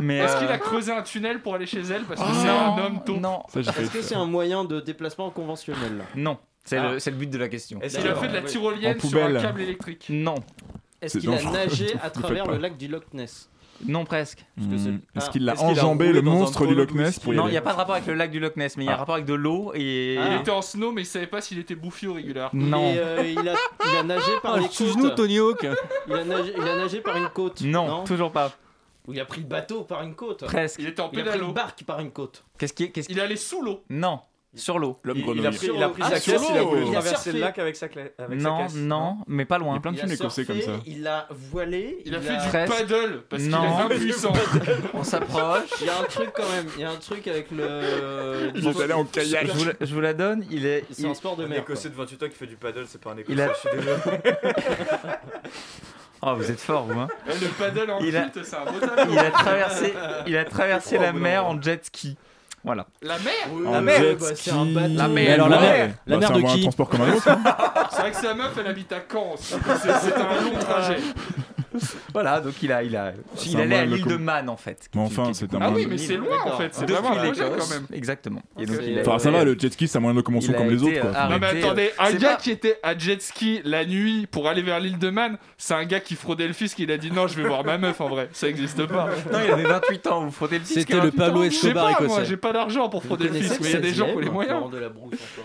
Speaker 1: Mais
Speaker 7: Est-ce qu'il
Speaker 1: euh,
Speaker 7: a creusé un tunnel pour aller chez elle parce que
Speaker 1: oh,
Speaker 7: c'est un homme tôt
Speaker 1: Non,
Speaker 5: Ah, Ça, j'ai
Speaker 8: Est-ce
Speaker 5: fait.
Speaker 8: que c'est un moyen de déplacement conventionnel
Speaker 1: non. C'est
Speaker 8: Ah.
Speaker 1: le, c'est le but de la question.
Speaker 4: Est-ce
Speaker 7: Il a fait de la
Speaker 8: Ouais.
Speaker 7: tyrolienne
Speaker 5: En
Speaker 7: sur un
Speaker 5: poubelle.
Speaker 7: câble électrique.
Speaker 1: Non,
Speaker 8: Est-ce
Speaker 5: C'est-
Speaker 8: qu'il a
Speaker 5: non.
Speaker 8: nagé à
Speaker 5: Faites
Speaker 8: travers
Speaker 5: pas.
Speaker 8: le lac du Loch Ness
Speaker 1: non presque.
Speaker 8: Est-ce que
Speaker 5: Hmm.
Speaker 8: c'est-
Speaker 5: Est-ce
Speaker 8: Ah.
Speaker 5: qu'il a
Speaker 4: Est-ce qu'il a
Speaker 5: enjambé
Speaker 4: roulé
Speaker 5: le
Speaker 4: dans un
Speaker 5: monstre du
Speaker 4: polo
Speaker 5: Loch Ness pour y
Speaker 1: Non, il
Speaker 5: aller
Speaker 1: n'y a pas de rapport avec le lac du Loch Ness, mais il y a un
Speaker 5: Ah.
Speaker 1: rapport avec de l'eau et.
Speaker 7: Il
Speaker 8: Ah.
Speaker 7: était en snow mais il savait pas s'il était bouffi ou régulier.
Speaker 1: Non.
Speaker 8: Et, euh, il, a, il a nagé par les côtes.
Speaker 6: Tony Hawk
Speaker 8: Il a, nagé, il a nagé par une côte.
Speaker 1: Non, toujours pas.
Speaker 8: Ou il a pris le bateau par une côte.
Speaker 1: Presque.
Speaker 7: Il était en
Speaker 8: Il a pris une
Speaker 7: pédalo.
Speaker 8: barque par une côte.
Speaker 1: Qu'est-ce qui est. qu'est-ce qui-
Speaker 7: Il allait sous l'eau.
Speaker 1: Non, sur l'eau.
Speaker 5: L'homme
Speaker 4: Il, il a
Speaker 5: grenouille.
Speaker 4: pris, il a pris
Speaker 8: Ah,
Speaker 4: sa
Speaker 8: sur
Speaker 4: caisse, il a
Speaker 5: l'eau.
Speaker 4: voulu
Speaker 8: Il a
Speaker 4: traverser
Speaker 8: surfé.
Speaker 4: le lac avec sa, cla- avec sa
Speaker 1: Non,
Speaker 4: caisse.
Speaker 1: non, mais pas
Speaker 5: Il y a
Speaker 1: loin.
Speaker 5: plein de
Speaker 8: Il a
Speaker 5: films écossais comme
Speaker 8: surfé,
Speaker 5: ça.
Speaker 8: Il a voilé.
Speaker 7: Il a fait du
Speaker 1: Presque.
Speaker 7: paddle parce qu'il est
Speaker 1: Non.
Speaker 7: impuissant.
Speaker 1: On s'approche.
Speaker 8: Il y a un truc quand même. Il y a un truc avec le.
Speaker 5: Il est allé en kayak.
Speaker 1: Je vous, la, je vous la donne. Il est.
Speaker 8: C'est
Speaker 1: il-
Speaker 8: un sport de
Speaker 4: Un
Speaker 8: mer.
Speaker 4: écossais de 28 ans qui fait du paddle, c'est pas un écossais.
Speaker 1: Il a-
Speaker 4: je suis désolé.
Speaker 1: Oh, vous êtes fort, vous. hein.
Speaker 7: Eh, Le paddle en
Speaker 1: Il a-
Speaker 7: kilt, c'est un beau tableau.
Speaker 1: Il a traversé. Il a traversé la mer en jet ski. Voilà.
Speaker 7: La mer bah,
Speaker 5: En
Speaker 8: mer,
Speaker 5: jet
Speaker 8: quoi, c'est
Speaker 5: ski.
Speaker 8: un bateau. La
Speaker 7: mer, la mer,
Speaker 5: Ouais.
Speaker 6: la
Speaker 5: Bah,
Speaker 6: mer
Speaker 5: c'est
Speaker 6: de
Speaker 5: un-
Speaker 6: qui
Speaker 5: un transport comme un autre. hein.
Speaker 7: C'est vrai que sa meuf, elle habite à Caen. C'est c'est un long trajet.
Speaker 1: voilà, donc il a, il a,
Speaker 5: C'est
Speaker 1: il
Speaker 5: un
Speaker 1: allait à
Speaker 5: mal de
Speaker 1: l'île
Speaker 5: com-
Speaker 1: de Man en fait.
Speaker 5: Mais enfin, c'est un
Speaker 7: Ah oui,
Speaker 5: moyen-
Speaker 7: mais c'est loin en fait, c'est
Speaker 1: Depuis
Speaker 7: vraiment un projet
Speaker 1: l'Écosse,
Speaker 7: quand même.
Speaker 1: Exactement. Et donc,
Speaker 7: Ok.
Speaker 1: il a-
Speaker 5: Enfin, ça va, le jet ski, c'est un moyen de locomotion
Speaker 1: il a
Speaker 5: comme les
Speaker 1: été,
Speaker 5: autres. quoi.
Speaker 1: euh,
Speaker 5: Enfin,
Speaker 7: Non Ah, mais
Speaker 1: Arrêtez,
Speaker 7: attendez, un
Speaker 1: c'est
Speaker 7: gars
Speaker 1: pas-
Speaker 7: qui était à jet ski la nuit pour aller vers l'île de Man, c'est un gars qui fraudait le fisc, il a dit non je vais voir ma meuf en vrai, ça existe pas.
Speaker 1: Non, il avait 28 ans, vous frottez le fisc. hein,
Speaker 6: C'était le Pablo
Speaker 7: hein. Je sais
Speaker 6: Escobar
Speaker 7: pas moi,
Speaker 6: écossais.
Speaker 7: j'ai pas d'argent pour frauder le fisc, mais il y a des gens qui ont les moyens.
Speaker 6: hein,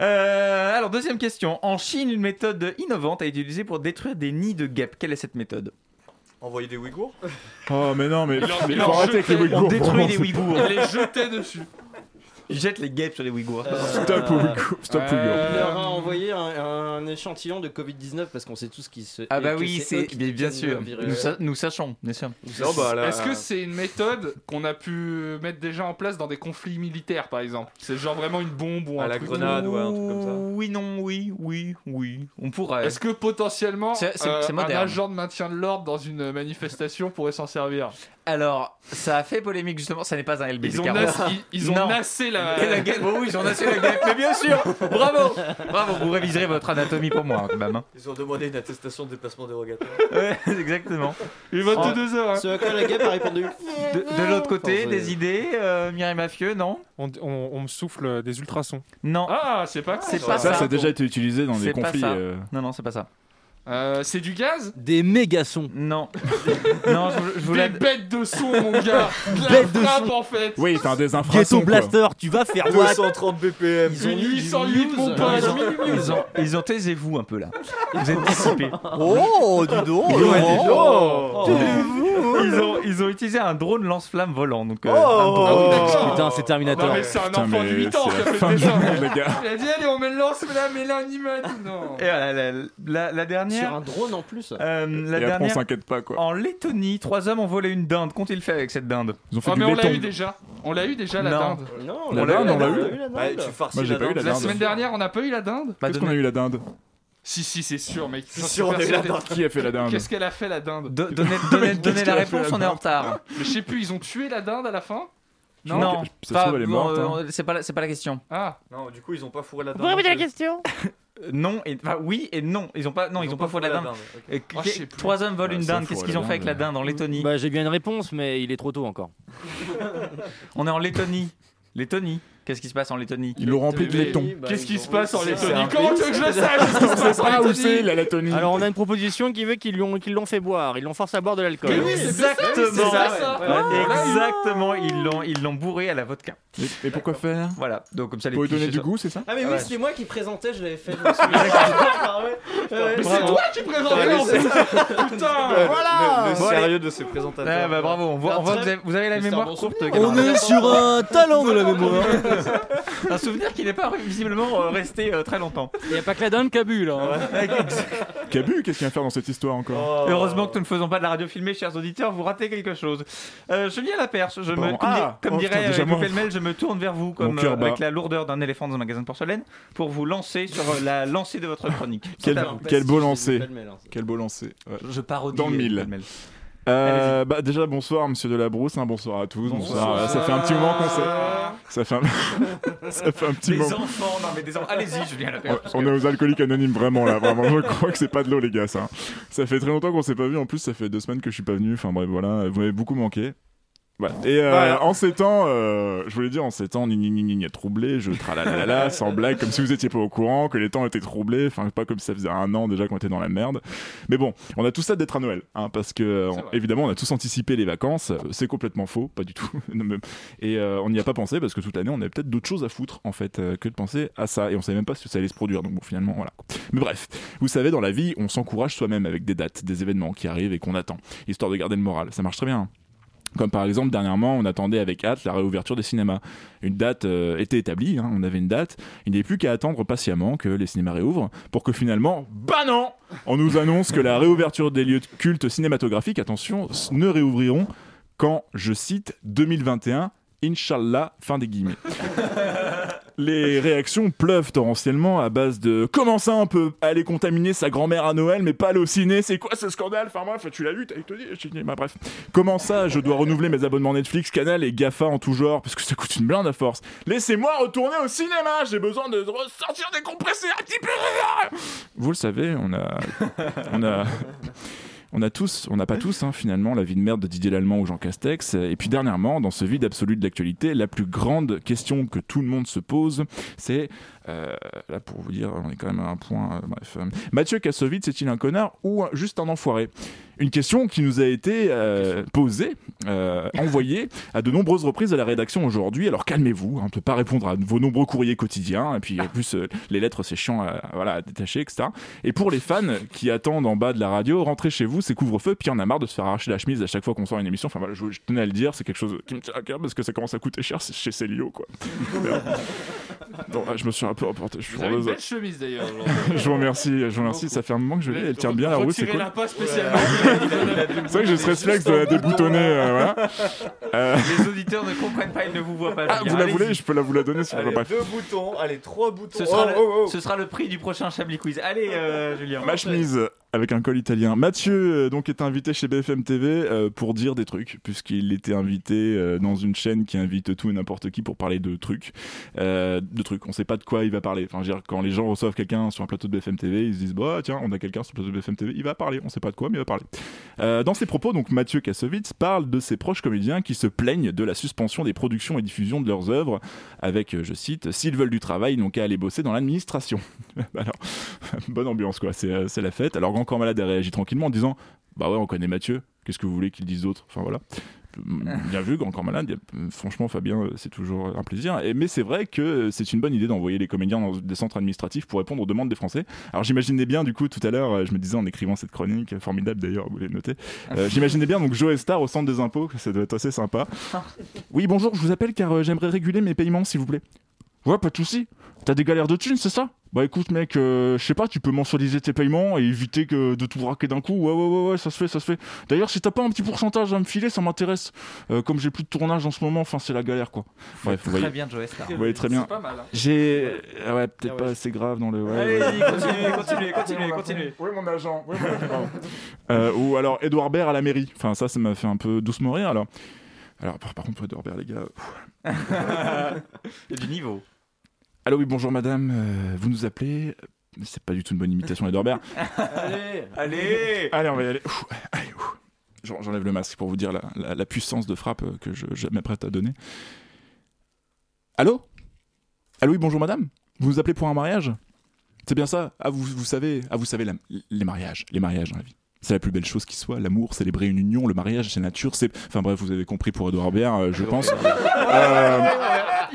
Speaker 1: Euh, alors, deuxième question. En Chine, une méthode innovante a été utilisée pour détruire des nids de guêpes. Quelle est cette méthode
Speaker 4: Envoyer des Ouïghours
Speaker 5: Oh, mais non, mais.
Speaker 7: Il en-
Speaker 5: mais
Speaker 7: il
Speaker 5: faut
Speaker 7: en
Speaker 5: arrêter avec les
Speaker 7: jetait.
Speaker 5: Ouïghours.
Speaker 1: On détruit
Speaker 5: vraiment,
Speaker 1: les
Speaker 5: c'est-
Speaker 1: Ouïghours.
Speaker 7: Il les jetait dessus.
Speaker 1: Ils jettent les guêpes sur les Ouïghours.
Speaker 5: Stop aux Ouïghours. Stop aux Ouïghours.
Speaker 8: Il leur a
Speaker 7: Euh,
Speaker 8: envoyé un, un échantillon de Covid-19 parce qu'on sait tous qui se.
Speaker 1: Ah, bah
Speaker 8: que
Speaker 1: oui,
Speaker 8: eux
Speaker 1: c'est
Speaker 8: qui
Speaker 1: bien, bien
Speaker 8: tiennent
Speaker 1: sûr.
Speaker 8: le virus.
Speaker 1: Nous, sa- nous sachons, bien sûr.
Speaker 4: Non, bah là.
Speaker 7: Est-ce que c'est une méthode qu'on a pu mettre déjà en place dans des conflits militaires par exemple C'est genre vraiment une bombe ou un
Speaker 4: À la
Speaker 7: truc
Speaker 4: grenade ou un truc comme ça.
Speaker 1: Oui, non, oui, oui, oui. On pourrait.
Speaker 7: Est-ce que potentiellement
Speaker 1: C'est- c'est-
Speaker 7: euh,
Speaker 1: c'est
Speaker 7: un
Speaker 1: moderne.
Speaker 7: agent de maintien de l'ordre dans une manifestation pourrait s'en servir
Speaker 1: Alors, ça a fait polémique justement. Ça n'est pas un LBD.
Speaker 7: Ils ont,
Speaker 1: car-
Speaker 7: nas- ils, ils ont
Speaker 1: Non.
Speaker 7: nassé
Speaker 1: Et la
Speaker 7: la.
Speaker 1: guêpe, oh oui, j'en ai sur la guêpe, mais bien sûr Bravo Bravo, vous réviserez votre anatomie pour moi, hein, quand même. hein.
Speaker 4: Ils ont demandé une attestation de déplacement dérogatoire.
Speaker 1: Ouais, exactement.
Speaker 7: Il va tout deux heures. hein.
Speaker 8: Ce à quoi la guêpe a répondu.
Speaker 1: De, de l'autre côté,
Speaker 8: Enfin, c'est-
Speaker 1: des idées, euh, Mireille Mafieux, non
Speaker 13: On, on- on me souffle des ultrasons.
Speaker 1: Non,
Speaker 7: Ah, c'est pas
Speaker 1: c'est
Speaker 7: con,
Speaker 1: pas
Speaker 5: Ça,
Speaker 1: ça.
Speaker 5: ça a déjà été utilisé dans
Speaker 1: C'est
Speaker 5: des
Speaker 1: pas
Speaker 5: conflits.
Speaker 1: ça.
Speaker 5: euh,
Speaker 1: Non, non, c'est pas ça.
Speaker 7: Euh, c'est du gaz
Speaker 6: Des mégasons.
Speaker 1: Non. non, je, vous- je vous
Speaker 7: Des
Speaker 1: la...
Speaker 7: bêtes de son, mon gars De la
Speaker 6: Bêtes de
Speaker 7: frappe,
Speaker 6: son.
Speaker 7: en fait
Speaker 5: Oui, enfin des infrasons.
Speaker 6: Ghetto
Speaker 5: quoi.
Speaker 6: Blaster, tu vas faire what
Speaker 4: 230 BPM.
Speaker 7: Une 808, mon
Speaker 1: Non,
Speaker 7: pote
Speaker 1: ils ont- ils ont- ils ont taisez-vous un peu là. Vous êtes dissipés.
Speaker 6: Oh, du dos
Speaker 4: Oh,
Speaker 1: Ils ont, ils ont utilisé un drone lance-flamme volant. Donc, euh,
Speaker 6: Ah oui,
Speaker 4: Oh
Speaker 6: d'accord. Putain, c'est
Speaker 7: Non,
Speaker 6: Terminator.
Speaker 7: mais c'est un
Speaker 5: Putain,
Speaker 7: enfant de
Speaker 5: mais
Speaker 7: 8 ans qui a
Speaker 5: c'est la
Speaker 7: fait
Speaker 5: fin
Speaker 7: le
Speaker 5: du monde,
Speaker 7: dessin
Speaker 5: les gars.
Speaker 7: Il a dit, allez, on met le lance là, mais là, un animal Non
Speaker 1: Et voilà, la, la- la
Speaker 8: Sur
Speaker 1: dernière.
Speaker 8: un drone en plus.
Speaker 1: euh, la
Speaker 5: Et après, on
Speaker 1: dernière.
Speaker 5: s'inquiète pas, quoi.
Speaker 1: En Lettonie, trois hommes ont volé une dinde. Qu'ont-ils fait avec cette dinde
Speaker 5: Ils ont fait
Speaker 7: Oh,
Speaker 5: du
Speaker 7: mais on l'a eu
Speaker 5: laiton.
Speaker 7: déjà On l'a eu déjà, la
Speaker 1: Non.
Speaker 7: dinde
Speaker 8: Non,
Speaker 5: La dinde, on l'a eu.
Speaker 8: la
Speaker 4: Ah,
Speaker 8: dinde.
Speaker 4: tu farcis
Speaker 5: Moi, j'ai pas eu la
Speaker 7: La
Speaker 5: dinde.
Speaker 7: semaine dernière, on n'a pas eu la dinde
Speaker 1: Bah,
Speaker 5: Qu'est-ce qu'on a
Speaker 1: donnez-
Speaker 5: eu la dinde
Speaker 7: Si, si, c'est sûr, mec
Speaker 4: C'est sûr, on a eu la dinde.
Speaker 5: Qui a fait la dinde
Speaker 7: Qu'est-ce qu'elle a fait, la dinde
Speaker 1: do- Donnez donnez- donnez la réponse, on est en retard.
Speaker 7: Mais Je sais plus, ils ont tué la dinde à la fin
Speaker 5: Je crois que- ça se
Speaker 1: pas-
Speaker 5: trouve, elle est morte, hein.
Speaker 1: euh, c'est pas, la- c'est pas la question.
Speaker 7: Ah
Speaker 4: Non, du coup, ils ont pas fourré la dinde.
Speaker 14: Vous répétez la question
Speaker 1: Euh, Non, et enfin, oui et non. Ils ont pas, non, ils, ont pas fourré la dinde. Euh,
Speaker 7: Oh, je sais plus.
Speaker 1: trois hommes volent
Speaker 5: Ah,
Speaker 1: une
Speaker 5: ça,
Speaker 1: dinde.
Speaker 5: fourré
Speaker 1: Qu'est-ce
Speaker 5: la
Speaker 1: qu'ils ont fait avec
Speaker 5: dinde.
Speaker 1: la dinde en Lettonie
Speaker 6: Bah, j'ai bien une réponse, mais il est trop tôt encore.
Speaker 1: On est en Lettonie. Lettonie. Qu'est-ce qui se passe en Lettonie
Speaker 5: Ils l'ont rempli de
Speaker 7: Mais-
Speaker 5: laiton.
Speaker 7: Qu'est-ce qui se passe en
Speaker 4: c'est-
Speaker 7: Lettonie
Speaker 4: c'est un
Speaker 7: Comment tu veux que je le sache Qu'est-ce qui se passe en
Speaker 5: Ah, où
Speaker 7: Lettonie
Speaker 5: c'est la Lettonie
Speaker 6: Alors, on a une proposition qui veut qu'ils l'ont qu'ils l'ont fait boire. Ils l'ont forcé à boire de l'alcool.
Speaker 7: Mais oui, c'est ça,
Speaker 1: Exactement.
Speaker 7: c'est ça, ça.
Speaker 1: Exactement. Ils l'ont, ils l'ont bourré à la vodka.
Speaker 5: Et- Et pourquoi faire
Speaker 1: Voilà. Donc comme ça, les
Speaker 5: Pour lui
Speaker 1: clichés
Speaker 5: donner du
Speaker 1: sont-
Speaker 5: goût, c'est ça
Speaker 8: Ah mais oui,
Speaker 1: Ouais.
Speaker 8: c'était moi qui présentais, je l'avais fait. je me souviens. Ah ouais. Ouais,
Speaker 7: Mais
Speaker 8: ouais.
Speaker 7: c'est
Speaker 1: Bravo.
Speaker 7: toi qui présente
Speaker 5: Ah,
Speaker 7: en plus Putain
Speaker 4: Voilà Le
Speaker 1: Bon, allez.
Speaker 4: sérieux de ces
Speaker 1: Ah,
Speaker 4: présentateurs.
Speaker 1: bah, bravo. On voit, on voit que vous avez, vous avez la
Speaker 8: Mais c'est
Speaker 1: mémoire
Speaker 8: un bon
Speaker 1: courte.
Speaker 8: souvenir.
Speaker 1: camarade.
Speaker 8: On est sur
Speaker 6: un talent de la mémoire.
Speaker 1: Un souvenir qui n'est pas visiblement euh, resté euh, très longtemps.
Speaker 6: Il n'y a pas que la dinde qui a bu, là. hein.
Speaker 5: Cabu, qu'est-ce qu'il vient faire dans cette histoire encore
Speaker 4: Oh.
Speaker 1: Heureusement que nous ne faisons pas de la radio filmée, chers auditeurs, vous ratez quelque chose. Euh, je viens à la perche, je me,
Speaker 5: Pardon.
Speaker 1: comme,
Speaker 5: Ah,
Speaker 1: di- comme
Speaker 5: oh,
Speaker 1: dirait
Speaker 5: putain, déjà
Speaker 1: euh,
Speaker 5: mort.
Speaker 1: Pellemel, je me tourne vers vous, comme
Speaker 5: Mon cœur
Speaker 1: euh, avec
Speaker 5: bat.
Speaker 1: la lourdeur d'un éléphant dans un magasin de porcelaine, pour vous lancer sur euh, la lancée de votre chronique.
Speaker 5: Quel-
Speaker 1: C'est à vous.
Speaker 5: Quel beau
Speaker 8: Je l'ai
Speaker 5: lancer.
Speaker 8: pas le mail, hein.
Speaker 5: Quel beau lancer. ouais.
Speaker 1: Je parodie.
Speaker 5: Dans le mille.
Speaker 1: Pellemel.
Speaker 5: Euh, bah, déjà, bonsoir, monsieur Delabrousse. hein, bonsoir à tous. Bonsoir.
Speaker 1: Bonsoir.
Speaker 5: Ça fait un petit moment qu'on s'est. Ça fait un, ça fait un petit
Speaker 1: Des
Speaker 5: moment.
Speaker 1: enfants, non mais des enfants. Allez-y, je viens à la
Speaker 5: Ouais,
Speaker 1: perche.
Speaker 5: On est aux alcooliques anonymes vraiment là, vraiment. Je crois que c'est pas de l'eau les gars ça. Ça fait très longtemps qu'on s'est pas vu. En plus, ça fait deux semaines que je suis pas venu. Enfin bref, voilà, vous m'avez beaucoup manqué. Voilà. Et euh,
Speaker 7: Bah,
Speaker 4: Voilà.
Speaker 5: en ces temps, euh, je voulais dire en ces temps, ni ni ni ni ni, troublé, je tralalala, sans blague, comme si vous étiez pas au courant, que les temps étaient troublés, enfin pas comme si ça faisait un an déjà qu'on était dans la merde. Mais bon, on a tous hâte d'être à Noël, hein, parce que euh,
Speaker 7: C'est vrai.
Speaker 5: évidemment on a tous anticipé les vacances, Euh, c'est complètement faux, pas du tout. Non, mais- et euh, on n'y a pas pensé parce que toute l'année on avait peut-être d'autres choses à foutre en fait euh, que de penser à ça, et on savait même pas si ça allait se produire. Donc bon, finalement voilà. Mais bref, vous savez dans la vie on s'encourage soi-même avec des dates, des événements qui arrivent et qu'on attend, histoire de garder le moral. Ça marche très bien. hein. Comme par exemple, dernièrement, on attendait avec hâte la réouverture des cinémas. Une date euh, était établie, hein, on avait une date. Il n'est plus qu'à attendre patiemment que les cinémas réouvrent pour que finalement, bah non On nous annonce que la réouverture des lieux de culte cinématographiques, attention, s- ne réouvriront qu'en, je cite, 2021, Inch'Allah, fin des guillemets. Les réactions pleuvent torrentiellement à base de comment ça on peut aller contaminer sa grand-mère à Noël mais pas aller au ciné c'est quoi ce scandale enfin bref tu l'as vu t'as eu te dire, je dis, bah, bref Comment ça, je dois renouveler mes abonnements Netflix, Canal et GAFA en tout genre Parce que ça coûte une blinde à force. Laissez-moi retourner au cinéma, j'ai besoin de ressortir des compresseurs un petit peu Vous le savez, on a... On a... On a tous, on n'a pas tous hein, finalement la vie de merde de Didier Lallemand ou Jean Castex. Et puis dernièrement, dans ce vide absolu de l'actualité, la plus grande question que tout le monde se pose, c'est euh, là pour vous dire, on est quand même à un point. euh, bref, euh, Mathieu Kassovitz est-il un connard ou un- juste un enfoiré Une question qui nous a été euh, posée, euh, envoyée à de nombreuses reprises à la rédaction aujourd'hui. Alors calmez-vous, hein, on ne peut pas répondre à vos nombreux courriers quotidiens. Et puis en plus, euh, les lettres, c'est chiant à, voilà, à détacher, etc. Et pour les fans qui attendent en bas de la radio, rentrez chez vous, c'est couvre-feu, puis on a marre de se faire arracher la chemise à chaque fois qu'on sort une émission. Enfin voilà, je, je tenais à le dire, c'est quelque chose qui me tient à cœur parce que ça commence à coûter cher c'est chez Célio, quoi. Mais, euh, bon, je me suis un peu emporté, je suis
Speaker 7: Vous avez une
Speaker 5: heureuse.
Speaker 7: belle chemise d'ailleurs.
Speaker 5: je vous remercie, je vous remercie. Ça fait un moment que je l'ai. Elle tient bien la route, c'est
Speaker 7: Retirez
Speaker 5: cool.
Speaker 7: la pas spécialement.
Speaker 5: C'est vrai que j'ai ce réflexe de la déboutonner. euh, voilà. Euh,
Speaker 1: Les auditeurs ne comprennent pas, ils ne vous voient pas.
Speaker 5: ah,
Speaker 1: venir.
Speaker 5: vous la
Speaker 1: Allez-y.
Speaker 5: voulez Je peux la vous la donner si vous
Speaker 4: Allez,
Speaker 5: voulez. Bref.
Speaker 4: deux boutons, allez, trois boutons.
Speaker 1: Ce sera,
Speaker 4: Oh,
Speaker 1: le,
Speaker 4: oh, oh.
Speaker 1: ce sera le prix du prochain Chablis Quiz. Allez, euh, Julien.
Speaker 5: Ma chemise avec un col italien. Mathieu euh, donc est invité chez BFM TV euh, pour dire des trucs puisqu'il était invité euh, dans une chaîne qui invite tout et n'importe qui pour parler de trucs, Euh, de trucs. On sait pas de quoi il va parler. Enfin, je veux dire, quand les gens reçoivent quelqu'un sur un plateau de BFM TV, ils se disent bah tiens, on a quelqu'un sur le plateau de BFM TV, il va parler. On sait pas de quoi, mais il va parler. Euh, dans ses propos, donc Mathieu Kassovitz parle de ses proches comédiens qui se plaignent de la suspension des productions et diffusions de leurs œuvres avec, euh, je cite, s'ils veulent du travail, ils n'ont qu'à aller bosser dans l'administration. Bah Alors, bonne ambiance quoi, c'est euh, c'est la fête. Alors Grand Corps Malade a réagi tranquillement en disant, bah ouais, on connaît Mathieu, qu'est-ce que vous voulez qu'il dise d'autre Enfin voilà. Bien vu, Grand Corps Malade. Euh, Franchement, Fabien, euh, c'est toujours un plaisir. Et, mais c'est vrai que euh, c'est une bonne idée d'envoyer les comédiens dans des centres administratifs pour répondre aux demandes des Français. Alors j'imaginais bien, du coup, tout à l'heure, euh, je me disais en écrivant cette chronique, euh, formidable d'ailleurs, vous l'avez noté, euh, j'imaginais bien donc Joe Star au centre des impôts, ça doit être assez sympa. Oui, bonjour, je vous appelle car euh, j'aimerais réguler mes paiements, s'il vous plaît. Ouais, pas de souci. T'as des galères de thunes, c'est ça Bah écoute, mec, euh, je sais pas, tu peux mensualiser tes paiements et éviter que de tout braquer d'un coup. Ouais, ouais, ouais, ouais, ça se fait, ça se fait. D'ailleurs, si t'as pas un petit pourcentage à me filer, ça m'intéresse. Euh, comme j'ai plus de tournage en ce moment, enfin, c'est la galère, quoi. Bref, vous voyez.
Speaker 1: Très bien, Joey Star.
Speaker 5: Vous voyez très bien.
Speaker 7: C'est pas mal, hein.
Speaker 5: J'ai. Ah ouais, peut-être pas assez grave dans le. ouais, ouais, ouais.
Speaker 1: continuez, continuez, continuez, continuez.
Speaker 5: Oui, mon agent. Oui, Euh, ou alors Edouard Baird à la mairie. Enfin, ça, ça m'a fait un peu doucement rire. Alors, alors par, par contre, Edouard Baird, les gars.
Speaker 1: Il y a du niveau.
Speaker 5: Allô, oui, bonjour madame, euh, vous nous appelez. C'est pas du tout une bonne imitation d'Edouard Baird.
Speaker 1: Allez, allez.
Speaker 5: Allez, on va y aller. Ouh, allez, ouh. J'en- J'enlève le masque pour vous dire la, la- la puissance de frappe euh, que je, je m'apprête à donner. Allô Allô, oui, bonjour madame Vous nous appelez pour un mariage C'est bien ça Ah, vous, vous savez, ah, vous savez la- les mariages, les mariages dans la vie. C'est la plus belle chose qui soit, l'amour, célébrer une union, le mariage, c'est nature, c'est... Enfin bref, vous avez compris pour Edouard Baird, euh, je pense. Euh,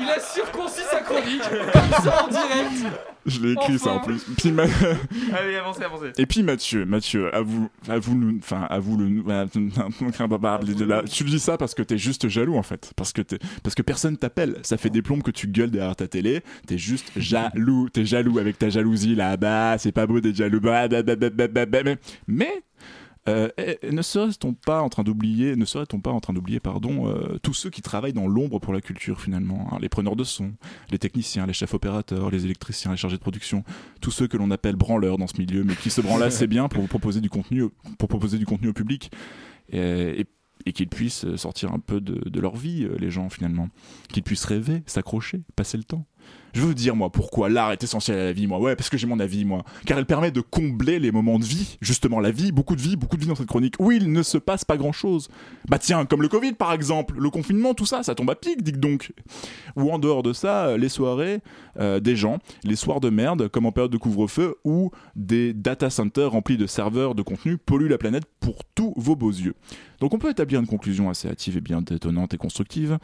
Speaker 7: Il a circoncis sa chronique. Comme ça en direct.
Speaker 5: je l'ai écrit ça en plus. Puis ma-
Speaker 7: Allez, avancez, avancez.
Speaker 5: Et puis Mathieu, Mathieu, à vous, à vous, le- enfin à vous le, tu dis ça parce que t'es juste jaloux en fait, parce que t'es, parce que personne t'appelle, ça fait des plombes que tu gueules derrière ta télé, t'es juste jaloux, t'es jaloux avec ta jalousie là, bas c'est pas beau d'être jaloux, bah, bah, bah, bah, bah, bah, bah, mais, mais euh, et- et ne serait-on pas en train d'oublier, ne serait-on pas en train d'oublier, pardon, euh, tous ceux qui travaillent dans l'ombre pour la culture finalement, hein, les preneurs de son, les techniciens, les chefs opérateurs, les électriciens, les chargés de production, tous ceux que l'on appelle branleurs dans ce milieu, mais qui se branlent assez bien pour vous proposer du contenu, au- pour proposer du contenu au public et, et- et qu'ils puissent sortir un peu de, de leur vie, euh, les gens finalement, qu'ils puissent rêver, s'accrocher, passer le temps. Je veux vous dire, moi, pourquoi l'art est essentiel à la vie, moi. Ouais, parce que j'ai mon avis, moi. Car elle permet de combler les moments de vie. Justement, la vie, beaucoup de vie, beaucoup de vie dans cette chronique. Oui, il ne se passe pas grand chose. Bah tiens, comme le Covid, par exemple. Le confinement, tout ça, ça tombe à pic, dites donc. Ou en dehors de ça, euh, les soirées euh, des gens, les soirs de merde, comme en période de couvre-feu, où des data centers remplis de serveurs de contenu polluent la planète pour tous vos beaux yeux. Donc on peut établir une conclusion assez hâtive et bien détonnante et constructive.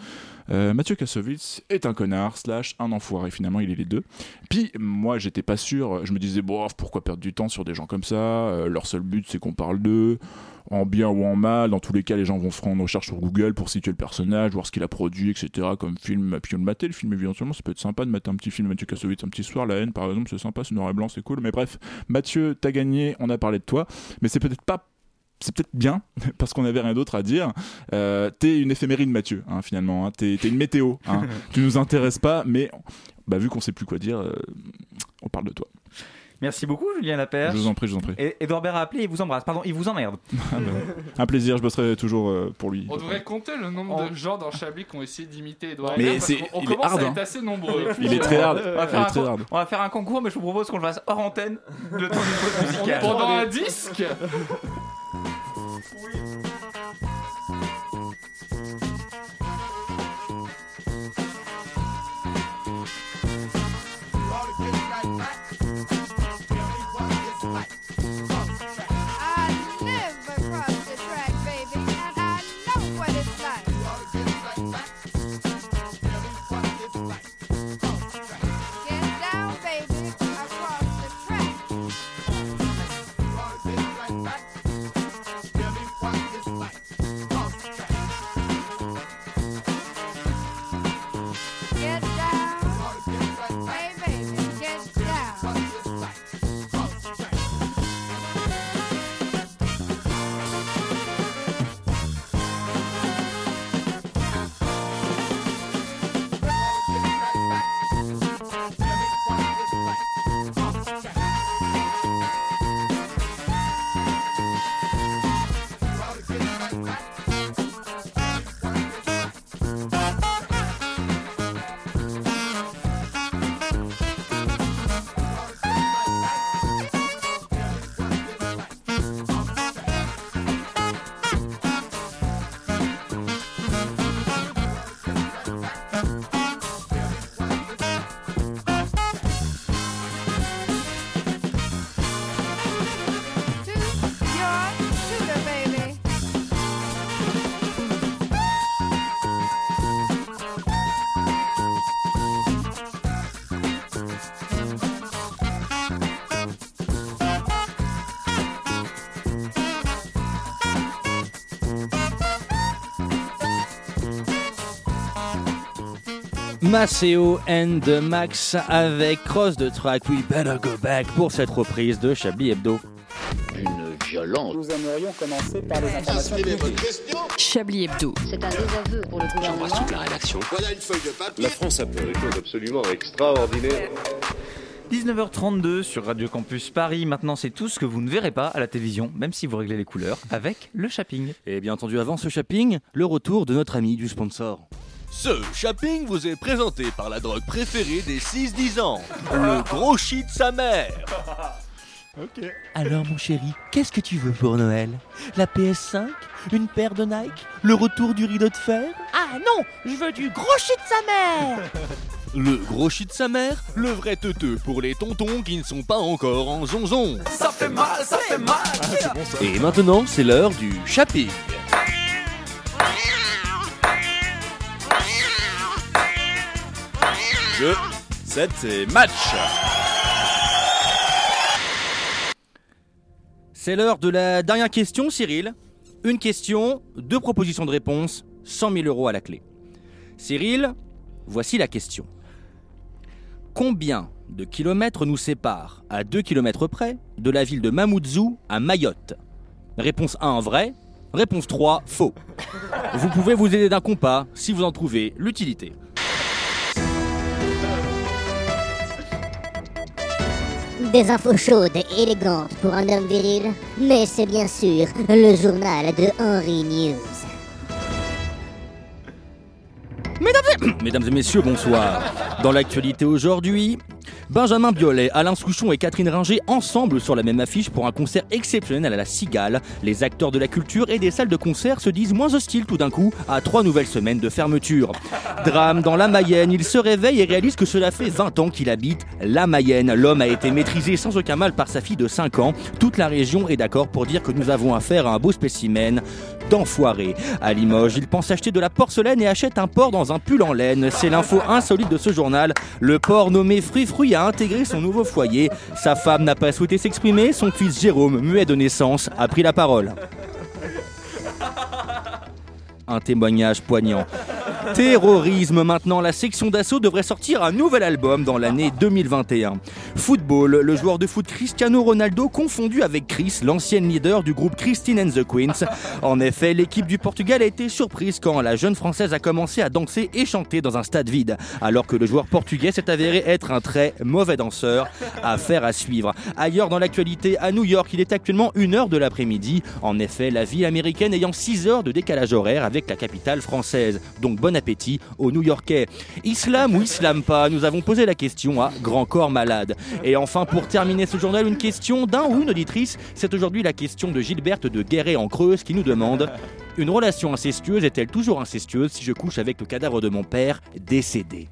Speaker 5: Euh, Mathieu Kassovitz est un connard, slash un enfoiré, finalement il est les deux. Puis moi j'étais pas sûr, je me disais, bof, pourquoi perdre du temps sur des gens comme ça Euh, Leur seul but c'est qu'on parle d'eux, en bien ou en mal, dans tous les cas les gens vont faire une recherche sur Google pour situer le personnage, voir ce qu'il a produit, etc. comme film, puis on le mater, le film éventuellement ça peut être sympa de mater un petit film Mathieu Kassovitz un petit soir, La haine par exemple c'est sympa, c'est noir et blanc, c'est cool, mais bref, Mathieu t'as gagné, on a parlé de toi, mais c'est peut-être pas c'est peut-être bien parce qu'on n'avait rien d'autre à dire. Euh, t'es une éphéméride, Mathieu, hein, finalement. hein. T'es, t'es une météo. hein. tu nous intéresses pas, mais bah, vu qu'on sait plus quoi dire, euh, on parle de toi.
Speaker 1: Merci beaucoup, Julien Lapère.
Speaker 5: Je vous en prie, je vous en prie.
Speaker 1: Et Edouard Baird a appelé, il vous embrasse. Pardon, il vous emmerde.
Speaker 5: Ah, bah, un plaisir, je bosserai toujours euh, pour lui.
Speaker 7: On devrait compter le nombre de gens dans Chablis qui ont essayé d'imiter Edouard
Speaker 5: Mais
Speaker 7: Baird, parce
Speaker 5: c'est-
Speaker 7: qu'on- on
Speaker 5: il est
Speaker 7: commence
Speaker 5: hard,
Speaker 7: à être
Speaker 5: hein.
Speaker 7: assez nombreux.
Speaker 5: Il est très hard.
Speaker 1: On va,
Speaker 5: Il
Speaker 1: faire
Speaker 5: est
Speaker 1: un
Speaker 5: très
Speaker 1: con-
Speaker 5: hard.
Speaker 1: on va faire un concours, mais je vous propose qu'on le fasse hors antenne, le temps d'une pause
Speaker 7: On
Speaker 1: musicale.
Speaker 7: est pendant un disque
Speaker 6: Maceo and Max avec Cross the Track, We Better Go Back pour cette reprise de Chablis Hebdo.
Speaker 15: Une violence. Nous aimerions commencer par
Speaker 7: Ah,
Speaker 15: les informations publiques.
Speaker 3: Chablis Hebdo.
Speaker 14: C'est un désaveu pour le gouvernement.
Speaker 2: la rédaction. Voilà une feuille de papier.
Speaker 16: La France a fait des choses absolument extraordinaires.
Speaker 1: 19h32 sur Radio Campus Paris. Maintenant, c'est tout ce que vous ne verrez pas à la télévision, même si vous réglez les couleurs, avec le shopping.
Speaker 6: Et bien entendu, avant ce shopping, le retour de notre ami du sponsor.
Speaker 17: Ce shopping vous est présenté par la drogue préférée des 6-10 ans, le
Speaker 4: Ah.
Speaker 17: gros shit de sa mère.
Speaker 5: Ok.
Speaker 6: Alors mon chéri, qu'est-ce que tu veux pour Noël La PS5 Une paire de Nike Le retour du rideau de fer
Speaker 12: Ah non, je veux du gros shit de sa mère
Speaker 17: Le gros shit de sa mère, le vrai teuteux pour les tontons qui ne sont pas encore en zonzon.
Speaker 9: Ça fait mal, ça fait mal.
Speaker 12: Ah,
Speaker 6: Et maintenant, c'est l'heure du shopping.
Speaker 16: Jeu, 7 et match
Speaker 6: C'est l'heure de la dernière question, Cyril. Une question, deux propositions de réponse, 100 000 euros à la clé. Cyril, voici la question. Combien de kilomètres nous séparent, à 2 kilomètres près, de la ville de Mamoudzou à Mayotte Réponse 1 vrai, réponse 3 faux. Vous pouvez vous aider d'un compas si vous en trouvez l'utilité.
Speaker 14: Des infos chaudes et élégantes pour un homme viril, mais c'est bien sûr le journal de Henry News.
Speaker 6: Mesdames et, Mesdames et messieurs, bonsoir. Dans l'actualité aujourd'hui, Benjamin Biolay, Alain Souchon et Catherine Ringer ensemble sur la même affiche pour un concert exceptionnel à la Cigale. Les acteurs de la culture et des salles de concert se disent moins hostiles tout d'un coup à trois nouvelles semaines de fermeture. Drame dans la Mayenne, il se réveille et réalise que cela fait 20 ans qu'il habite la Mayenne. L'homme a été maîtrisé sans aucun mal par sa fille de 5 ans. Toute la région est d'accord pour dire que nous avons affaire à un beau spécimen d'enfoiré. À Limoges, il pense acheter de la porcelaine et achète un porc dans un pull en laine. C'est l'info insolite de ce journal. Le porc nommé Free Fruit a intégré son nouveau foyer. Sa femme n'a pas souhaité s'exprimer. Son fils Jérôme, muet de naissance, a pris la parole. Un témoignage poignant. Terrorisme maintenant, la section d'assaut devrait sortir un nouvel album dans l'année 2021. Football, le joueur de foot Cristiano Ronaldo confondu avec Chris, l'ancienne leader du groupe Christine and the Queens. En effet, l'équipe du Portugal a été surprise quand la jeune Française a commencé à danser et chanter dans un stade vide, alors que le joueur portugais s'est avéré être un très mauvais danseur. Affaire à suivre. Ailleurs dans l'actualité, à New York, il est actuellement 1h de l'après-midi. En effet, la ville américaine ayant 6 heures de décalage horaire avec la capitale française. Donc bonne bon appétit aux New-Yorkais. Islam ou islam pas, nous avons posé la question à Grand Corps Malade. Et enfin, pour terminer ce journal, une question d'un ou une auditrice. C'est aujourd'hui la question de Gilberte de Guéret en Creuse qui nous demande Une relation incestueuse est-elle toujours incestueuse si je couche avec le cadavre de mon père décédé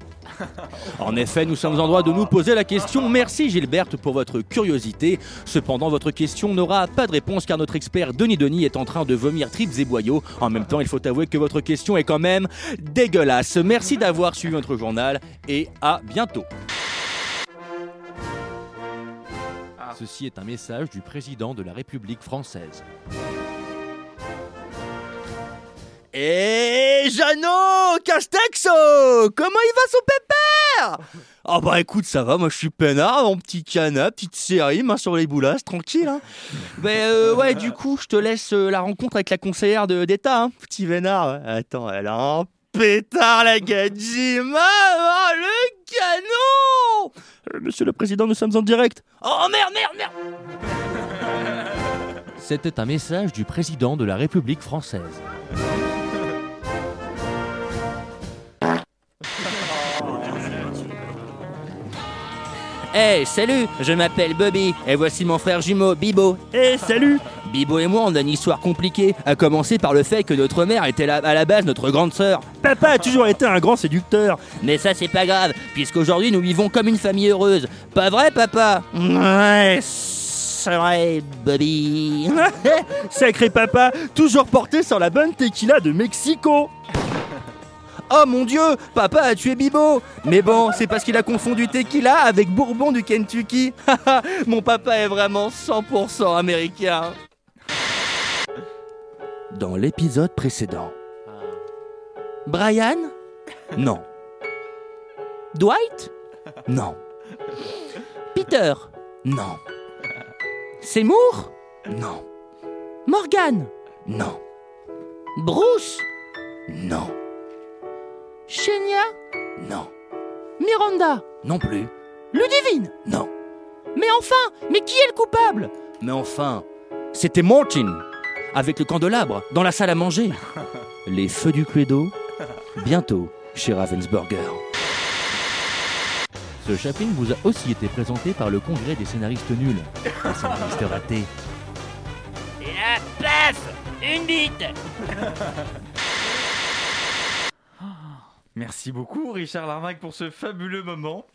Speaker 6: en effet, nous sommes en droit de nous poser la question. Merci Gilberte pour votre curiosité. Cependant, votre question n'aura pas de réponse car notre expert Denis Denis est en train de vomir tripes et boyaux. En même temps, il faut avouer que votre question est quand même dégueulasse. Merci d'avoir suivi notre journal et à bientôt. Ceci est un message du président de la République française.
Speaker 18: Et Jeannot Castexo Comment il va son pépère
Speaker 6: Ah bah écoute, ça va, moi je suis peinard, en petit canap, petite série, main sur les boulasses, tranquille. hein. Mais euh, ouais, du coup, je te laisse euh, la rencontre avec la conseillère de- d'État, hein, petit vénard. ouais. Attends, elle a un pétard la Gadjima oh, le canon Euh, Monsieur le Président, nous sommes en direct.
Speaker 18: Oh merde, merde, merde
Speaker 6: C'était un message du Président de la République française.
Speaker 18: Hey, Eh, salut, je m'appelle Bobby, et voici mon frère jumeau, Bibo.
Speaker 6: Eh,
Speaker 18: Hey, salut
Speaker 6: Bibo et moi, on a une histoire compliquée, à commencer par le fait que notre mère était la- à la base notre grande sœur.
Speaker 18: Papa a toujours été un grand séducteur. Mais ça, c'est pas grave, puisqu'aujourd'hui, nous vivons comme une famille heureuse. Pas vrai, papa Ouais, c'est vrai, Bobby.
Speaker 6: Sacré papa, toujours porté sur la bonne tequila de Mexico. Oh mon dieu, papa a tué Bibo Mais bon, c'est parce qu'il a confondu tequila avec Bourbon du Kentucky. Haha, mon papa est vraiment 100% américain. Dans l'épisode précédent.
Speaker 18: Brian
Speaker 6: Non,
Speaker 18: Dwight
Speaker 6: non,
Speaker 18: Peter
Speaker 6: non,
Speaker 18: Seymour
Speaker 6: non,
Speaker 18: Morgan
Speaker 6: non,
Speaker 18: Bruce
Speaker 6: non,
Speaker 18: Shania
Speaker 6: non,
Speaker 18: Miranda
Speaker 6: non plus.
Speaker 18: Ludivine
Speaker 6: Non.
Speaker 18: Mais enfin Mais qui est le coupable
Speaker 6: Mais enfin, c'était Martin, avec le candelabre, dans la salle à manger. Les feux du Cluedo, bientôt chez Ravensburger. Ce chapitre vous a aussi été présenté par le congrès des scénaristes nuls. Les scénaristes ratés.
Speaker 18: Et la paf Une bite
Speaker 1: Merci beaucoup Richard Larnac pour ce fabuleux moment.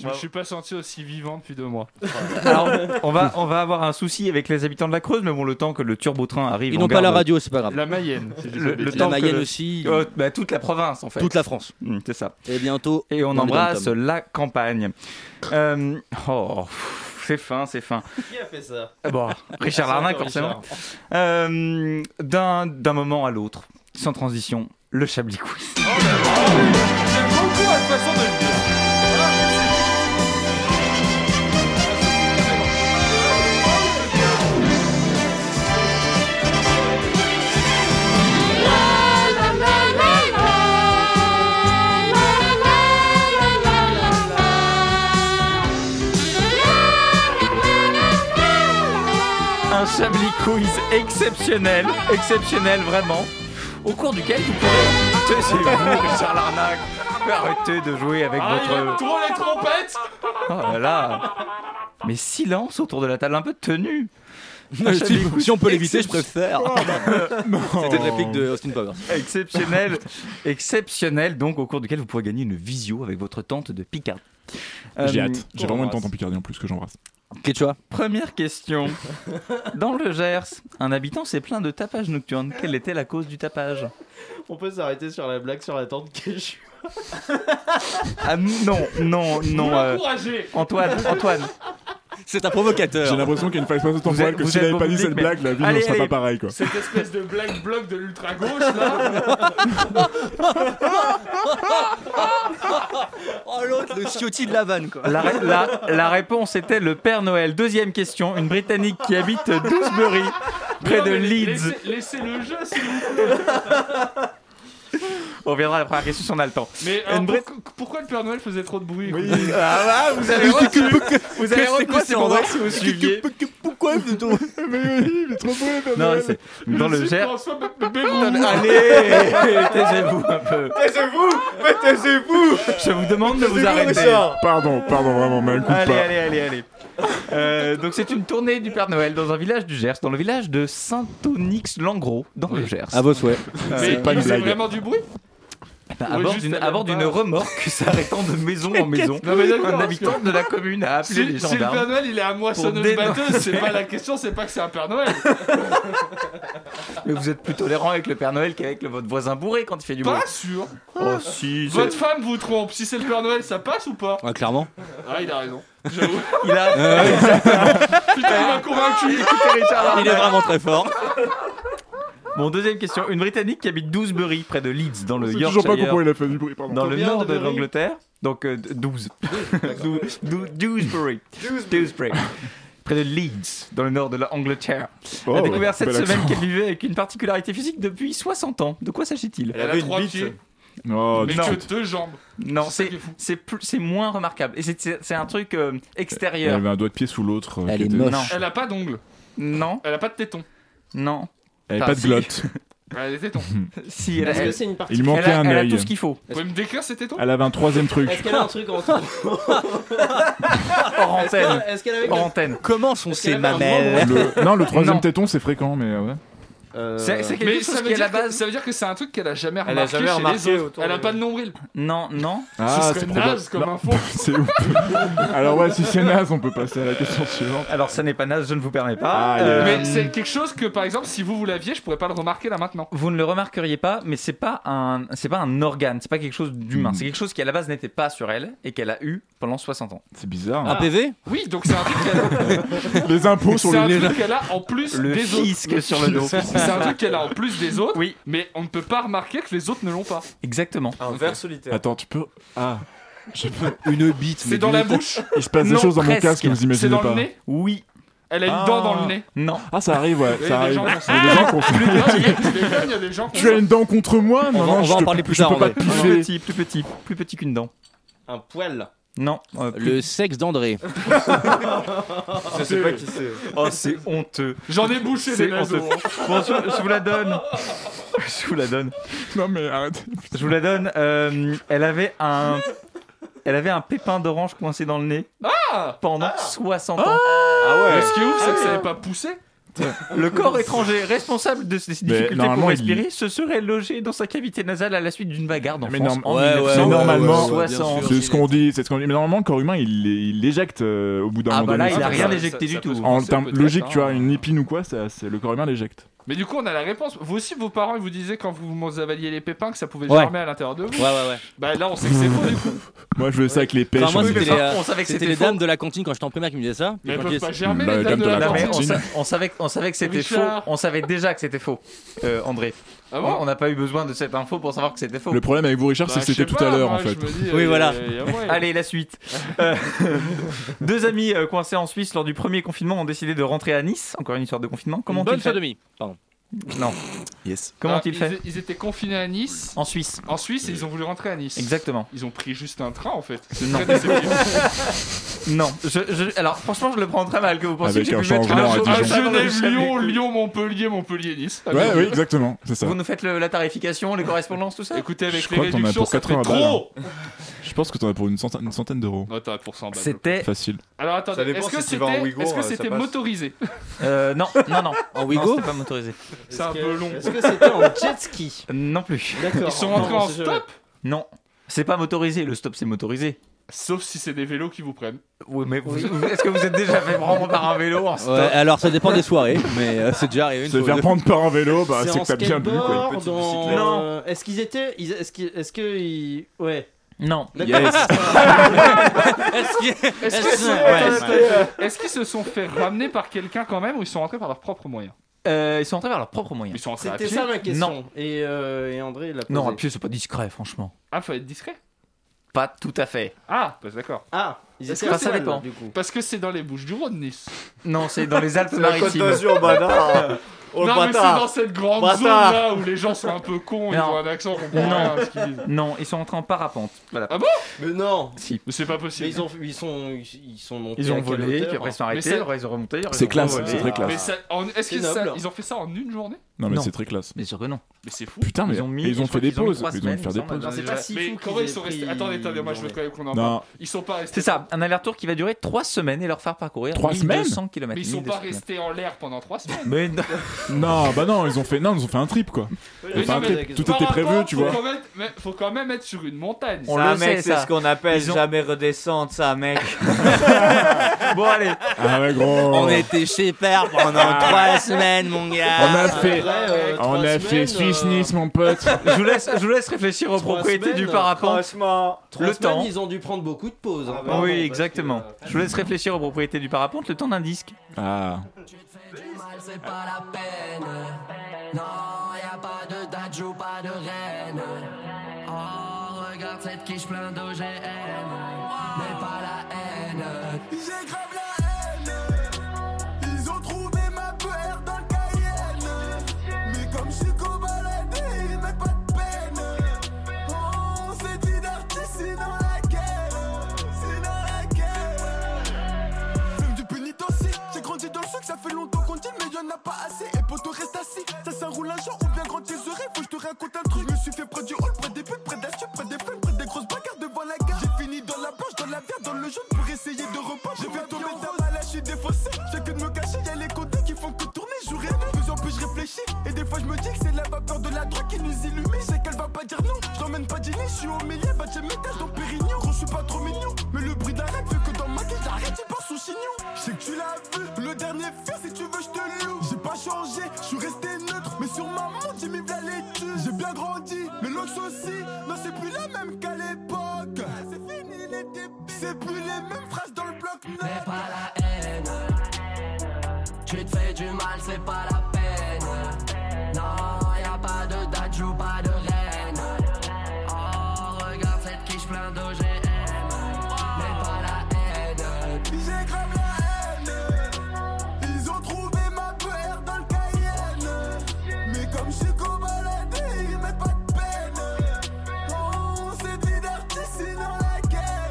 Speaker 7: Je me suis pas senti aussi vivant depuis deux mois.
Speaker 1: Alors, on va, on va avoir un souci avec les habitants de la Creuse, mais bon, le temps que le turbotrain arrive.
Speaker 6: Ils
Speaker 1: on
Speaker 6: n'ont pas la
Speaker 1: garde-
Speaker 6: radio, c'est pas grave.
Speaker 7: La Mayenne. si je dis pas
Speaker 1: Le,
Speaker 7: de
Speaker 1: le
Speaker 7: bêtises.
Speaker 1: temps que
Speaker 6: Mayenne
Speaker 1: le-
Speaker 6: aussi.
Speaker 1: Euh, bah, toute la province, en fait.
Speaker 6: Toute la France.
Speaker 1: Mm, c'est ça.
Speaker 6: Et bientôt.
Speaker 1: Et on
Speaker 6: dans les
Speaker 1: embrasse
Speaker 6: dom-toms.
Speaker 1: la campagne. Euh, oh, pff, c'est fin, c'est fin.
Speaker 8: Qui a fait ça
Speaker 1: Ah Bon, Richard
Speaker 8: C'est encore
Speaker 1: Larnac, forcément.
Speaker 8: Richard.
Speaker 1: Euh, D'un d'un moment à l'autre, sans transition, le Chablis Quiz.
Speaker 7: J'aime beaucoup la façon de le dire.
Speaker 1: Un Chablis Quiz exceptionnel, exceptionnel vraiment, au cours duquel vous pourrez... Taisez-vous, Richard Larnac Arrêtez de jouer avec
Speaker 7: Ah, il aime
Speaker 1: votre...
Speaker 7: trop
Speaker 5: euh,
Speaker 7: les trompettes
Speaker 5: Ah,
Speaker 1: Oh là là Mais silence autour de la table, un peu de tenue Oh,
Speaker 6: Non, si- si on peut l'éviter, je
Speaker 1: préfère
Speaker 6: C'était une réplique de Austin Powers.
Speaker 1: bah, Exceptionnel, exceptionnel donc au cours duquel vous pourrez gagner une visio avec votre tante de Picard.
Speaker 5: J'ai
Speaker 1: Euh,
Speaker 5: hâte. J'ai vraiment une tante en Picardie en plus que j'embrasse.
Speaker 6: Quechua
Speaker 1: Première question. Dans le Gers, un habitant s'est plaint de tapage nocturne. Quelle était la cause du tapage
Speaker 8: On peut s'arrêter sur la blague sur la tente Kéchou.
Speaker 1: Ah non, non, non. euh,
Speaker 8: Encouragé.
Speaker 1: Antoine, Antoine.
Speaker 6: C'est un provocateur.
Speaker 5: J'ai l'impression qu'il y a une façon
Speaker 1: Vous
Speaker 5: temporelle
Speaker 1: êtes-
Speaker 5: que
Speaker 1: vous
Speaker 5: s'il
Speaker 1: êtes
Speaker 5: n'avait
Speaker 1: bon
Speaker 5: pas dit
Speaker 1: public,
Speaker 5: cette
Speaker 1: mais-
Speaker 5: blague, la vie ne
Speaker 1: Allez,
Speaker 5: serait pas
Speaker 1: allez.
Speaker 5: pareille quoi.
Speaker 7: Cette espèce de black bloc de l'ultra gauche là.
Speaker 6: Oh l'autre, le Ciotti de la vanne quoi.
Speaker 1: La, ré- la- la réponse était le Père Noël. Deuxième question. Une Britannique qui habite Dewsbury, près
Speaker 7: Non,
Speaker 1: de
Speaker 7: mais
Speaker 1: Leeds.
Speaker 7: laissez- Laissez le jeu s'il vous plaît.
Speaker 1: On reviendra à la première question si on a le temps.
Speaker 7: Mais alors,
Speaker 1: Une Brit-
Speaker 7: pourquoi, pourquoi le Père Noël faisait trop de bruit quoi
Speaker 1: Ah bah, vous avez
Speaker 7: Mais c'est
Speaker 1: retenu.
Speaker 7: que-
Speaker 1: Vous avez
Speaker 7: que- c'est
Speaker 1: retenu,
Speaker 7: quoi
Speaker 1: c'est
Speaker 7: ces
Speaker 1: pour voir
Speaker 7: endroits
Speaker 1: si vous suiviez.
Speaker 6: Pourquoi plutôt
Speaker 5: mais oui, il est trop beau, Père
Speaker 1: Non,
Speaker 5: Noël.
Speaker 1: c'est dans le Gers.
Speaker 4: Allez,
Speaker 1: taisez-vous un peu.
Speaker 4: Taisez-vous Mais taisez-vous
Speaker 1: Je vous demande de vous
Speaker 4: Taisez-vous,
Speaker 1: arrêter.
Speaker 4: Richard.
Speaker 5: Pardon, pardon, vraiment, mais elle coupe
Speaker 1: Allez,
Speaker 5: pas.
Speaker 1: allez, allez, allez. Euh, donc c'est une tournée du Père Noël dans un village du Gers, dans le village de Saint-Onyx-Langros, dans le Gers.
Speaker 18: À vos souhaits.
Speaker 7: Mais
Speaker 1: pas une
Speaker 7: il faisait
Speaker 1: blague.
Speaker 7: vraiment du bruit
Speaker 1: Bah, à
Speaker 7: Ouais,
Speaker 1: bord
Speaker 7: juste
Speaker 1: d'une-
Speaker 7: à
Speaker 1: à bord
Speaker 7: la
Speaker 1: d'une
Speaker 7: base.
Speaker 1: remorque s'arrêtant de maison en maison,
Speaker 7: Non, mais d'accord,
Speaker 1: un
Speaker 7: parce
Speaker 1: habitant
Speaker 7: que-
Speaker 1: de la commune a
Speaker 7: Si,
Speaker 1: appelé les
Speaker 7: si le Père
Speaker 1: gendarmes.
Speaker 7: Noël il est à moissonneuse
Speaker 1: dénoncer.
Speaker 7: batteuse, c'est pas la question, c'est pas que c'est un Père Noël.
Speaker 1: Mais vous êtes plus tolérant avec le Père Noël qu'avec le- votre voisin bourré quand il fait du bruit.
Speaker 7: Pas sûr.
Speaker 1: Oh si,
Speaker 7: Votre
Speaker 1: c'est-
Speaker 7: femme vous trompe, si c'est le Père Noël, ça passe ou pas
Speaker 18: Ouais, clairement. Euh,
Speaker 7: Ah, il a raison. J'avoue.
Speaker 1: Il a. Ah.
Speaker 7: Putain, il m'a convaincu.
Speaker 1: Écoutez, Richard Larnac.
Speaker 18: très fort.
Speaker 1: Bon, deuxième question. Une Britannique qui habite Doosebury, près de Leeds, dans le
Speaker 5: C'est
Speaker 1: Yorkshire.
Speaker 5: toujours pas comment il a fait du bruit, pardon.
Speaker 1: Dans le
Speaker 5: Combien
Speaker 1: nord
Speaker 5: de
Speaker 1: de
Speaker 5: Berry
Speaker 1: l'Angleterre. Donc euh, d- 12. Dou- Dou- Doosebury. Doosebury. Près de Leeds, dans le nord de l'Angleterre.
Speaker 5: Oh,
Speaker 1: a découvert cette
Speaker 5: bel
Speaker 1: semaine
Speaker 5: accent.
Speaker 1: qu'elle vivait avec une particularité physique depuis 60 ans. De quoi s'agit-il
Speaker 7: Elle a trois pieds,
Speaker 5: Oh,
Speaker 7: mais
Speaker 5: non.
Speaker 7: que deux jambes.
Speaker 1: Non, c'est c'est plus- c'est moins remarquable. Et c'est- c'est c'est un truc euh,
Speaker 5: Elle
Speaker 1: extérieur.
Speaker 5: avait un doigt de pied sous l'autre. euh,
Speaker 1: Elle
Speaker 5: qui
Speaker 1: est
Speaker 5: était-
Speaker 1: moche.
Speaker 5: Non.
Speaker 7: Elle a pas d'ongles.
Speaker 1: Non.
Speaker 7: Elle a pas de tétons.
Speaker 1: Non.
Speaker 5: Elle
Speaker 1: Enfin,
Speaker 5: a pas de
Speaker 1: si.
Speaker 5: glotte.
Speaker 7: Elle a des tétons.
Speaker 1: Si, elle a-
Speaker 8: Est-ce que
Speaker 1: elle-
Speaker 8: c'est une partie
Speaker 5: Il manquait
Speaker 1: elle a-
Speaker 5: un
Speaker 1: elle a
Speaker 5: œil.
Speaker 1: tout ce qu'il faut.
Speaker 7: Vous pouvez me décrire ces tétons
Speaker 5: Elle avait un troisième truc.
Speaker 8: Est-ce qu'elle a un truc en trop
Speaker 1: Hors antenne.
Speaker 8: Est-ce qu'elle avait
Speaker 1: Hors antenne.
Speaker 18: Comment sont
Speaker 8: Est-ce qu'elle avait un membre
Speaker 5: Le- Non, le troisième
Speaker 1: Non.
Speaker 5: téton, c'est fréquent, mais euh, ouais. Euh,
Speaker 1: C'est- c'est quelque
Speaker 7: Mais
Speaker 1: chose
Speaker 7: ça veut,
Speaker 1: qui, à
Speaker 7: dire
Speaker 1: la
Speaker 7: que-
Speaker 1: base-
Speaker 7: ça veut dire que c'est un truc qu'elle a jamais
Speaker 4: Elle a
Speaker 7: remarqué,
Speaker 4: jamais
Speaker 7: chez
Speaker 4: remarqué
Speaker 7: les autres.
Speaker 4: autour
Speaker 7: Elle a
Speaker 4: de-
Speaker 7: pas de nombril.
Speaker 1: Non, non.
Speaker 5: Ah,
Speaker 7: ce
Speaker 5: c'est
Speaker 7: serait
Speaker 5: probable.
Speaker 7: naze comme
Speaker 5: Non,
Speaker 7: info.
Speaker 5: c'est ouf. Alors ouais, si c'est naze, on peut passer à la question suivante.
Speaker 1: Alors, ça n'est pas naze, je ne vous permets pas. Euh,
Speaker 5: Ah, yeah.
Speaker 7: Mais c'est quelque chose que, par exemple, si vous vous l'aviez, je pourrais pas le remarquer là maintenant.
Speaker 1: vous ne le remarqueriez pas, mais c'est pas un, c'est pas un organe, c'est pas quelque chose
Speaker 5: Hmm.
Speaker 1: d'humain, c'est quelque chose qui à la base n'était pas sur elle et qu'elle a eu pendant 60 ans. Ah.
Speaker 5: C'est bizarre. hein.
Speaker 18: Un PV
Speaker 7: Oui, donc c'est un truc qu'elle
Speaker 5: Les impôts sur
Speaker 7: c'est un
Speaker 5: le
Speaker 7: truc qu'elle a en plus
Speaker 1: Le
Speaker 7: des autres.
Speaker 1: fisc sur le dos.
Speaker 7: C'est un truc qu'elle a en plus des autres,
Speaker 1: Oui.
Speaker 7: mais on ne peut pas remarquer que les autres ne l'ont pas.
Speaker 1: Exactement.
Speaker 4: Un verre solitaire.
Speaker 5: Attends, tu peux. Ah. Je peux...
Speaker 18: Une bite.
Speaker 7: C'est dans la bouche,
Speaker 5: Il se passe des
Speaker 1: Non,
Speaker 5: choses dans mon
Speaker 1: presque.
Speaker 5: casque que vous
Speaker 7: c'est
Speaker 5: imaginez
Speaker 7: dans
Speaker 5: pas.
Speaker 7: le nez.
Speaker 1: Oui.
Speaker 7: Elle a une
Speaker 5: Ah.
Speaker 7: dent dans le nez.
Speaker 1: Non.
Speaker 5: Ah, ça arrive, ouais.
Speaker 7: Il y
Speaker 5: ça
Speaker 7: a des
Speaker 5: arrive.
Speaker 7: gens qui
Speaker 5: Il y
Speaker 7: ont
Speaker 5: a des gens qui ont fait-
Speaker 7: Non, il y a- je déconne, il y a des gens qui
Speaker 5: Tu as
Speaker 7: ont-
Speaker 5: une dent contre moi Non,
Speaker 18: va-
Speaker 5: non,
Speaker 18: on
Speaker 5: je
Speaker 18: va en
Speaker 5: te-
Speaker 18: parler plus
Speaker 5: je
Speaker 18: tard,
Speaker 5: peux
Speaker 18: en
Speaker 5: pas
Speaker 18: vrai.
Speaker 5: te
Speaker 1: Plus
Speaker 5: piffer.
Speaker 1: petit, plus petit, plus petit qu'une dent.
Speaker 8: Un poil.
Speaker 1: Non. euh, plus-
Speaker 18: Le sexe d'André.
Speaker 4: Je sais pas qui c'est.
Speaker 1: Oh, c'est honteux.
Speaker 7: J'en ai bouché des
Speaker 1: C'est
Speaker 7: naseaux.
Speaker 1: honteux. Bon, je, je vous la donne. Je vous la donne.
Speaker 5: Non, mais arrête.
Speaker 1: Je vous la donne. euh, elle avait un, elle avait un pépin d'orange coincé dans le nez
Speaker 7: Ah
Speaker 1: pendant 60 ans.
Speaker 4: Ah
Speaker 7: Mais
Speaker 4: ouais
Speaker 7: Ce qui est ouf, c'est que ça n'avait pas poussé.
Speaker 1: Le corps étranger responsable de ces
Speaker 5: Mais
Speaker 1: difficultés pour
Speaker 5: normalement, il-
Speaker 1: respirer se serait logé dans sa cavité nasale à la suite d'une bagarre dans
Speaker 5: Mais
Speaker 1: France
Speaker 5: norm-
Speaker 1: en
Speaker 5: ouais, ouais,
Speaker 1: 1960.
Speaker 5: ouais, normalement, ouais,
Speaker 18: ouais, bien sûr.
Speaker 5: C'est ce qu'on dit, c'est ce qu'on dit. Mais normalement, le corps humain, il, il éjecte euh, au bout d'un
Speaker 1: Ah
Speaker 5: moment
Speaker 1: bah là,
Speaker 5: donné.
Speaker 1: il a
Speaker 7: Ah,
Speaker 1: rien
Speaker 7: ça-
Speaker 1: éjecté
Speaker 7: ça-
Speaker 1: du
Speaker 7: ça
Speaker 1: tout.
Speaker 7: peut se
Speaker 5: En
Speaker 7: C'est
Speaker 5: termes
Speaker 7: peut-être,
Speaker 5: logiques,
Speaker 7: hein.
Speaker 5: tu as une épine ou quoi, ça, c'est- le corps humain l'éjecte.
Speaker 7: Mais du coup, on a la réponse. Vous aussi, vos parents, ils vous disaient quand vous vous avaliez les pépins que ça pouvait
Speaker 18: Ouais.
Speaker 7: germer à l'intérieur de vous.
Speaker 18: Ouais, ouais, ouais.
Speaker 7: Bah là, on sait que c'est faux du coup.
Speaker 5: Moi, je veux ça avec les pêches.
Speaker 18: Enfin, moi,
Speaker 5: on
Speaker 18: c'était
Speaker 5: dit-
Speaker 18: les, euh,
Speaker 1: on savait que
Speaker 18: c'était
Speaker 1: c'était
Speaker 18: les
Speaker 1: faux.
Speaker 18: dames de la cantine quand j'étais en primaire qui me disaient ça.
Speaker 7: Mais
Speaker 18: Et
Speaker 7: elles
Speaker 18: quand
Speaker 7: peuvent
Speaker 18: je
Speaker 7: pas
Speaker 18: disais-
Speaker 7: germer
Speaker 5: Bah,
Speaker 7: les dames
Speaker 5: dame
Speaker 7: de
Speaker 5: de
Speaker 7: la
Speaker 5: la
Speaker 1: Non, mais
Speaker 7: cantine.
Speaker 1: on,
Speaker 5: Argentine.
Speaker 1: sa- on savait, on savait que c'était faux.
Speaker 7: Richard.
Speaker 1: On savait déjà que c'était faux, euh, André.
Speaker 7: Ah
Speaker 1: on
Speaker 7: bon
Speaker 1: n'a pas eu besoin de cette info pour savoir que c'était faux.
Speaker 5: Le problème avec vous, Richard, c'est que
Speaker 7: Bah, je sais
Speaker 5: c'était tout
Speaker 7: pas,
Speaker 5: à l'heure,
Speaker 7: moi,
Speaker 5: en fait.
Speaker 7: je me dis,
Speaker 18: Oui,
Speaker 7: euh,
Speaker 18: voilà.
Speaker 7: euh, ouais.
Speaker 1: Allez, la suite. Euh, Deux amis euh, coincés en Suisse lors du premier confinement ont décidé de rentrer à Nice. Encore une histoire de confinement. Comment
Speaker 18: Une
Speaker 1: ont-ils
Speaker 18: bonne
Speaker 1: fait
Speaker 18: fois demi. Pardon.
Speaker 1: Non.
Speaker 18: Yes.
Speaker 1: Comment
Speaker 7: Ah,
Speaker 1: ont-ils fait
Speaker 7: é- Ils étaient confinés à Nice.
Speaker 1: En Suisse.
Speaker 7: En Suisse, et ils ont voulu rentrer à Nice.
Speaker 1: Exactement.
Speaker 7: Ils ont pris juste un train en fait. C'est
Speaker 1: Non.
Speaker 7: très déceptif.
Speaker 1: Non. Je, je- alors, franchement, je le prends très mal que vous pensiez
Speaker 5: Avec
Speaker 1: que j'ai
Speaker 5: un
Speaker 1: pu
Speaker 5: chat en
Speaker 1: mettre
Speaker 5: volant
Speaker 1: un
Speaker 5: à
Speaker 1: jour-
Speaker 5: Dijon.
Speaker 1: un
Speaker 7: Ah,
Speaker 1: chat dans le
Speaker 7: Genève,
Speaker 1: chef
Speaker 7: Lyon,
Speaker 1: des couilles.
Speaker 7: Lyon, Montpellier, Montpellier, Nice. Ah,
Speaker 5: Ouais,
Speaker 7: bien.
Speaker 5: oui, exactement, c'est ça.
Speaker 1: Vous nous faites le- la tarification, les correspondances, tout ça
Speaker 7: Écoutez, avec
Speaker 5: Je
Speaker 7: les
Speaker 5: crois qu'on a
Speaker 7: réductions,
Speaker 5: pour
Speaker 7: ça fait
Speaker 5: 80 balles, hein.
Speaker 7: trop.
Speaker 5: Je pense que t'en as pour une centaine, une centaine d'euros.
Speaker 7: Non, t'as pour 100 balles.
Speaker 1: C'était.
Speaker 5: Facile.
Speaker 7: Alors attendez,
Speaker 4: Ça dépend
Speaker 7: est-ce que
Speaker 4: si tu vas en
Speaker 7: c'était
Speaker 4: Ouïghour,
Speaker 7: est-ce que
Speaker 4: euh, ça
Speaker 7: c'était
Speaker 4: passe.
Speaker 7: motorisé
Speaker 1: euh, non, non, non.
Speaker 18: En
Speaker 1: Non,
Speaker 18: Wigo
Speaker 1: c'était pas motorisé.
Speaker 7: C'est un
Speaker 8: Est-ce
Speaker 7: peu
Speaker 8: que-
Speaker 7: long.
Speaker 8: Est-ce que c'était en jet ski
Speaker 1: Non plus.
Speaker 8: D'accord.
Speaker 7: Ils sont
Speaker 8: Non,
Speaker 7: rentrés
Speaker 8: on
Speaker 7: en
Speaker 8: sait jamais.
Speaker 7: stop
Speaker 1: Non. C'est pas motorisé, le stop c'est motorisé.
Speaker 7: Sauf si c'est des vélos qui vous prennent.
Speaker 1: Oui, mais vous- vous- est-ce que vous êtes déjà fait prendre par un vélo en stop
Speaker 18: Ouais, alors ça dépend des soirées, mais euh, c'est déjà arrivé une
Speaker 5: Se
Speaker 18: fois.
Speaker 5: faire prendre par un vélo,
Speaker 1: Ah,
Speaker 5: bah,
Speaker 8: C'est
Speaker 5: c'est
Speaker 8: en
Speaker 5: que t'as bien bu, quoi.
Speaker 8: skateboard,
Speaker 4: Petite
Speaker 8: en-
Speaker 4: bicyclette.
Speaker 8: euh, Est-ce qu'ils étaient. ils- Est-ce qu'ils. Est-ce que. ils- Ouais.
Speaker 1: Non.
Speaker 5: Yes.
Speaker 18: Est-ce qu'il-
Speaker 7: Est-ce
Speaker 18: Est-ce
Speaker 7: qu'ils
Speaker 18: que-
Speaker 7: se-
Speaker 18: ouais,
Speaker 7: attends,
Speaker 18: ouais.
Speaker 7: attends,
Speaker 8: euh
Speaker 7: attends. euh, Est-ce qu'ils se sont fait ramener par quelqu'un quand même ou ils sont rentrés par leurs propres moyens
Speaker 1: Euh, ils sont entrés par leurs propres
Speaker 7: Ils
Speaker 1: moyens.
Speaker 7: sont rentrés à
Speaker 8: C'était
Speaker 7: pied.
Speaker 8: ça ma question.
Speaker 1: Non.
Speaker 8: Et, euh, et André l'a posé.
Speaker 1: Non, à pied c'est pas discret, franchement.
Speaker 7: Ah, faut être discret.
Speaker 1: Pas tout à fait.
Speaker 7: Ah, bah, d'accord.
Speaker 8: Ah Ils
Speaker 7: Parce
Speaker 8: étaient
Speaker 7: que
Speaker 8: à
Speaker 7: c'est-
Speaker 8: poil, du coup.
Speaker 7: Parce que c'est dans les Bouches du Rhône, Nice.
Speaker 1: Non, c'est dans les Alpes-Maritimes.
Speaker 7: C'est la Côte d'Azur, bah,
Speaker 1: bâtard. Oh, le
Speaker 7: non, mais c'est
Speaker 1: bâtard.
Speaker 7: dans cette grande
Speaker 1: Bâtard.
Speaker 7: zone là où les gens sont un peu cons, ils
Speaker 1: Non.
Speaker 7: ont un accent, on comprend rien à ce qu'ils disent.
Speaker 1: Non. non, ils sont rentrés en parapente. Voilà.
Speaker 7: Ah bon
Speaker 8: Mais non
Speaker 1: Si.
Speaker 7: C'est pas possible.
Speaker 8: Mais ils, ont, ils, sont, ils ils sont montés.
Speaker 1: Ils
Speaker 8: à
Speaker 1: ont
Speaker 8: quelle
Speaker 1: volé,
Speaker 8: hauteur
Speaker 1: puis après ils sont
Speaker 8: Mais
Speaker 1: arrêtés,
Speaker 8: c'est-
Speaker 1: après ils ont remonté. après, ils
Speaker 5: C'est
Speaker 1: ont
Speaker 5: classe,
Speaker 1: revolé.
Speaker 5: c'est très classe.
Speaker 7: hein. Mais ça- en- est-ce
Speaker 8: C'est
Speaker 7: que ça-
Speaker 8: noble.
Speaker 7: ils ont fait ça en une journée
Speaker 5: Non, mais
Speaker 1: Non.
Speaker 5: c'est très classe.
Speaker 1: Bien sûr que non.
Speaker 7: Mais c'est fou.
Speaker 5: Putain, mais
Speaker 1: Ils ont mis-
Speaker 5: et
Speaker 1: je
Speaker 5: ils ont
Speaker 1: crois
Speaker 5: fait des
Speaker 1: qu'ils ont mis
Speaker 5: pauses.
Speaker 1: trois
Speaker 5: Ils ont
Speaker 1: semaines,
Speaker 5: dû faire
Speaker 1: il
Speaker 5: des
Speaker 1: me semble,
Speaker 5: pauses.
Speaker 1: dans
Speaker 7: C'est pas si Mais
Speaker 8: fou
Speaker 7: comment
Speaker 8: qu'ils
Speaker 7: ils sont
Speaker 8: aient
Speaker 7: restés
Speaker 8: pris
Speaker 7: Attendez, attendez, moi je veux
Speaker 8: une
Speaker 7: quand même qu'on
Speaker 5: Non.
Speaker 7: en parle. Ils sont pas restés.
Speaker 1: C'est ça, un aller-retour qui va durer 3 semaines et leur faire parcourir
Speaker 5: Trois
Speaker 1: 1200
Speaker 5: semaines
Speaker 1: km.
Speaker 7: Mais ils sont pas restés en l'air pendant 3 semaines.
Speaker 1: Mais non.
Speaker 5: Non, bah non, ils ont fait, non, ils ont fait un trip quoi. Ils ont
Speaker 7: Mais
Speaker 5: fait un
Speaker 7: non,
Speaker 5: trip.
Speaker 7: mais
Speaker 5: Tout
Speaker 7: par
Speaker 5: était prévu,
Speaker 7: rapport,
Speaker 5: tu
Speaker 7: faut
Speaker 5: vois.
Speaker 7: quand même- mais faut quand même être sur une montagne.
Speaker 4: On
Speaker 7: Ça,
Speaker 4: ça,
Speaker 7: mec,
Speaker 4: mec, c'est ce qu'on appelle jamais redescendre, ça, mec.
Speaker 1: bon, allez.
Speaker 5: Ah ouais, gros.
Speaker 18: On était chez Père
Speaker 1: Ah,
Speaker 18: pendant trois semaines, mon gars.
Speaker 5: On a fait,
Speaker 8: Après, euh,
Speaker 5: on
Speaker 8: trois
Speaker 5: a
Speaker 8: semaines,
Speaker 5: fait Suisse
Speaker 8: euh,
Speaker 5: Nice, mon pote.
Speaker 1: Je vous laisse, je vous laisse réfléchir aux
Speaker 8: Trois
Speaker 1: propriétés
Speaker 8: semaines,
Speaker 1: du parapente.
Speaker 4: Franchement.
Speaker 8: Trois
Speaker 1: Le
Speaker 8: semaines,
Speaker 1: temps.
Speaker 8: ils ont dû prendre beaucoup de pauses. hein,
Speaker 1: Ah bah oui, euh,
Speaker 8: vraiment,
Speaker 1: exactement.
Speaker 7: euh.
Speaker 1: Je vous laisse réfléchir aux propriétés du parapente le temps d'un disque.
Speaker 5: Ah.
Speaker 3: Du mal, c'est pas la peine. Non, y a pas de dadjo, pas de reine. Oh, regarde cette quiche plein d'OGM. Mais pas la haine.
Speaker 9: J'ai grave la haine. Ils ont trouvé ma paire dans le Cayenne. Mais comme je suis cobaladé, ils mettent pas de peine. Oh, c'est une artiste, c'est dans la gueule. C'est dans la gueule. Même du pénitencier, j'ai grandi dans le sucre, ça fait longtemps qu'on dit, mais y'en a pas assez. Et pour toi, reste assis. Ça, ça roule un jour ou bien grand tes oreilles, faut que je te raconte un truc. Je me suis fait près du hall, près des putes, près de la stup, près des flammes, près des grosses bagarres devant la gare. J'ai fini dans la planche, dans la bière, dans le jaune pour essayer de reprendre. J'ai fait tomber ta balle, je suis défoncé. J'ai que de me cacher, y'a les côtés qui font que tourner. Jour et nuit, de plus en plus je réfléchis. Et des fois, je me dis que c'est la vapeur de la drogue qui nous illumine. C'est qu'elle va pas dire non. Je l'emmène pas dîner, je suis au milieu, bah j'ai mes tâches dans Pérignon. Gros, je suis pas trop mignon. Mais le bruit d'arrêt fait que dans ma tête, j'arrête, j'y pense au chignon. Je sais que tu l'as vu, le dernier fil, si tu veux, je te loue. J'ai pas changé, je suis resté neutre. Mais sur ma montre, j'ai mis de la laitue. J'ai bien grandi, mais l'autre aussi. Non, c'est plus la même qu'à l'époque. C'est fini les débuts. C'est plus les mêmes phrases dans le bloc
Speaker 3: Mais pas la haine. Tu te fais du mal, c'est pas la peine. Non, y a pas de dadjo, pas de reine. Oh, regarde cette quiche plein d'OGM. Mais pas la haine.
Speaker 9: J'ai grave la haine. Ils ont trouvé ma paire dans le Cayenne. Mais comme je suis cobaladé, ils mettent pas de peine. Oh, c'est des artistes, c'est dans la guerre.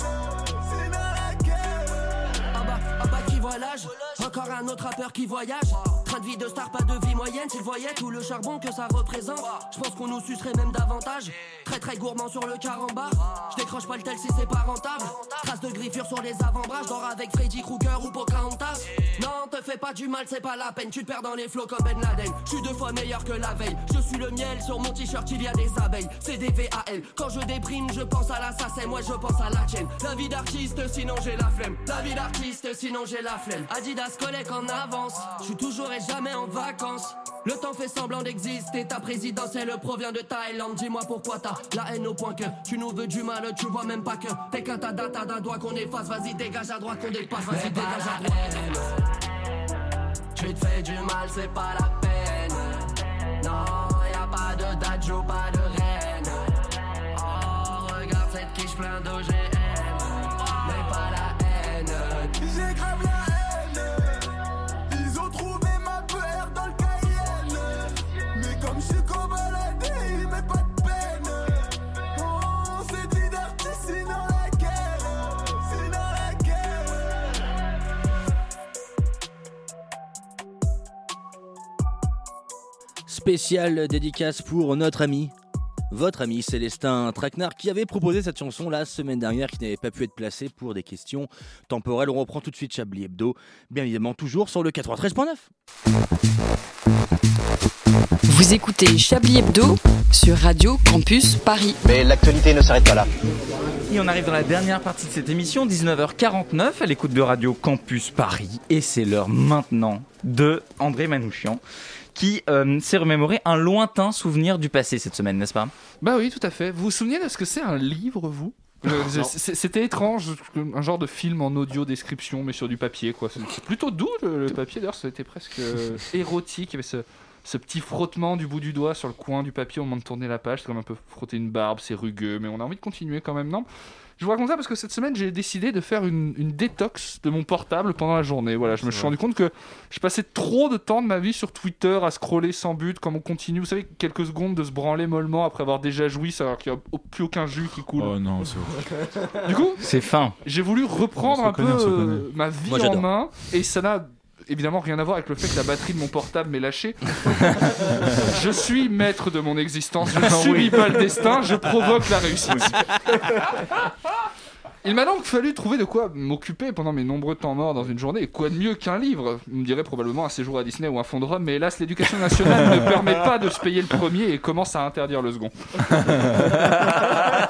Speaker 9: C'est dans la guerre.
Speaker 3: Ah bah, ah bah qui voit l'âge Encore un autre rappeur qui voyage Train de vie de star, pas de vie moyenne S'il voyait tout le charbon que ça représente Je pense qu'on nous sucerait même davantage Très très gourmand sur le carambar Je décroche pas le tel si c'est pas rentable Trace de griffure sur les avant-bras Je dors avec Freddy Krueger ou Pocahontas Non, te fais pas du mal, c'est pas la peine Tu te perds dans les flots comme Ben Laden Je suis deux fois meilleur que la veille Je suis le miel, sur mon t-shirt il y a des abeilles C'est des VAL, quand je déprime je pense à l'assassin Moi je pense à la tienne La vie d'artiste, sinon j'ai la flemme La vie d'artiste, sinon j'ai la flemme Adidas collègue en avance Je suis toujours et jamais en vacances Le temps fait semblant d'exister Ta présidentielle provient de Thaïlande Dis-moi pourquoi t'as la haine au point que Tu nous veux du mal, tu vois même pas que T'es qu'un tas d'un tas d'un doigt qu'on efface Vas-y dégage à droite qu'on dépasse Vas-y dégage à droite tu te fais du mal, c'est pas la peine. Non, y a pas de dadjo, pas de reine. Oh, regarde cette quiche plein d'OGM. Mais pas la haine.
Speaker 9: J'ai grave la haine. Ils ont trouvé ma paire dans le Cayenne. Mais comme je suis cobaladé, ils mettent pas de peine. Oh, c'est des artistes, c'est dans la guerre. C'est dans la guerre.
Speaker 6: Spéciale dédicace pour notre ami, votre ami Célestin Traquenard, qui avait proposé cette chanson la semaine dernière, qui n'avait pas pu être placée pour des questions temporelles. On reprend tout de suite Chablis Hebdo, bien évidemment toujours sur le 93.9.
Speaker 3: Vous écoutez Chablis Hebdo sur Radio Campus Paris.
Speaker 1: Mais l'actualité ne s'arrête pas là. Et on arrive dans la dernière partie de cette émission, 19h49, à l'écoute de Radio Campus Paris. Et c'est l'heure maintenant de André Manouchian, qui euh, s'est remémoré un lointain souvenir du passé cette semaine, n'est-ce pas
Speaker 7: Bah oui, tout à fait. Vous vous souvenez de ce que c'est un livre, vous
Speaker 1: Euh,
Speaker 7: Le- c'est- c'est- C'était étrange, un genre de film en audio description, mais sur du papier, quoi. C'est c'est plutôt doux le, le papier, d'ailleurs, c'était presque euh, érotique. Il y avait ce, ce petit frottement du bout du doigt sur le coin du papier au moment de tourner la page. C'est comme un peu frotter une barbe, c'est rugueux, mais on a envie de continuer quand même, non je vous raconte ça parce que cette semaine, j'ai décidé de faire une, une détox de mon portable pendant la journée. Voilà, je me suis rendu compte que je passais trop de temps de ma vie sur Twitter à scroller sans but, comme on continue. Vous savez, quelques secondes de se branler mollement après avoir déjà joui, alors qu'il n'y a au- plus aucun jus qui coule.
Speaker 5: Oh non,
Speaker 7: Du coup,
Speaker 1: C'est fin.
Speaker 7: j'ai voulu reprendre
Speaker 5: On se
Speaker 7: un peu
Speaker 5: connaît, on se
Speaker 7: euh,
Speaker 5: connaît.
Speaker 7: ma vie
Speaker 5: Moi,
Speaker 7: en
Speaker 5: j'adore.
Speaker 7: main et ça n'a évidemment rien à voir avec le fait que la batterie de mon portable m'est lâchée. je suis maître de mon existence, je ne
Speaker 5: Ah oui.
Speaker 7: subis pas le destin, je provoque la réussite. Il m'a donc fallu trouver de quoi m'occuper pendant mes nombreux temps morts dans une journée. Et quoi de mieux qu'un livre Vous me direz probablement un séjour à Disney ou un fond de Rome, mais hélas, l'éducation nationale ne permet pas de se payer le premier et commence à interdire le second.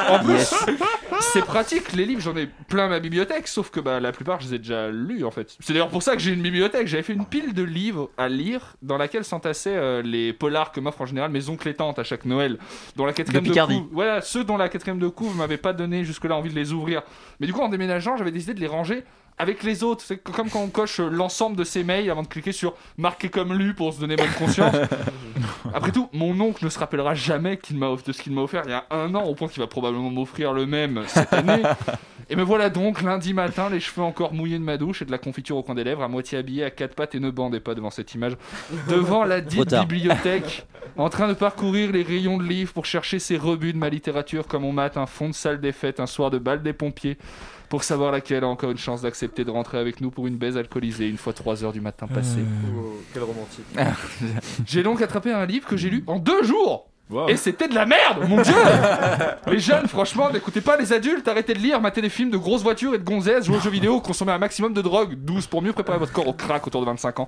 Speaker 7: En plus, c'est pratique, les livres, j'en ai plein ma bibliothèque, sauf que bah, la plupart, je les ai déjà lus en fait. C'est d'ailleurs pour ça que j'ai une bibliothèque. J'avais fait une pile de livres à lire dans laquelle s'entassaient euh, les polars que m'offrent en général mes oncles et tantes à chaque Noël. Dont la quatrième
Speaker 1: De Picardie.
Speaker 7: couve- voilà, ceux dont la quatrième de couve m'avait pas donné jusque-là envie de les ouvrir. Mais du coup, en déménageant, j'avais décidé de les ranger. Avec les autres, c'est que- comme quand on coche euh, l'ensemble de ses mails avant de cliquer sur marquer comme lu pour se donner bonne conscience. Après tout, mon oncle ne se rappellera jamais qu'il m'a off- de ce qu'il m'a offert il y a un an, au point qu'il va probablement m'offrir le même cette année. Et me voilà donc lundi matin, les cheveux encore mouillés de ma douche et de la confiture au coin des lèvres, à moitié habillé, à quatre pattes et ne bandez pas devant cette image, devant la
Speaker 6: Trop
Speaker 7: dite
Speaker 6: tard.
Speaker 7: bibliothèque, en train de parcourir les rayons de livres pour chercher ces rebuts de ma littérature, comme on mate un fond de salle des fêtes, un soir de bal des pompiers, pour savoir laquelle a encore une chance d'accepter de rentrer avec nous pour une baise alcoolisée une fois 3 heures du matin passées. Ah,
Speaker 4: Oh, quel romantique.
Speaker 7: J'ai donc attrapé un livre que j'ai lu en deux jours Et c'était de la merde, mon dieu Les jeunes, franchement, n'écoutez pas les adultes, arrêtez de lire, matez des films de grosses voitures et de gonzesses, jouez aux jeux vidéo, consommez un maximum de drogue, 12 pour mieux préparer votre corps au crack autour de 25 ans.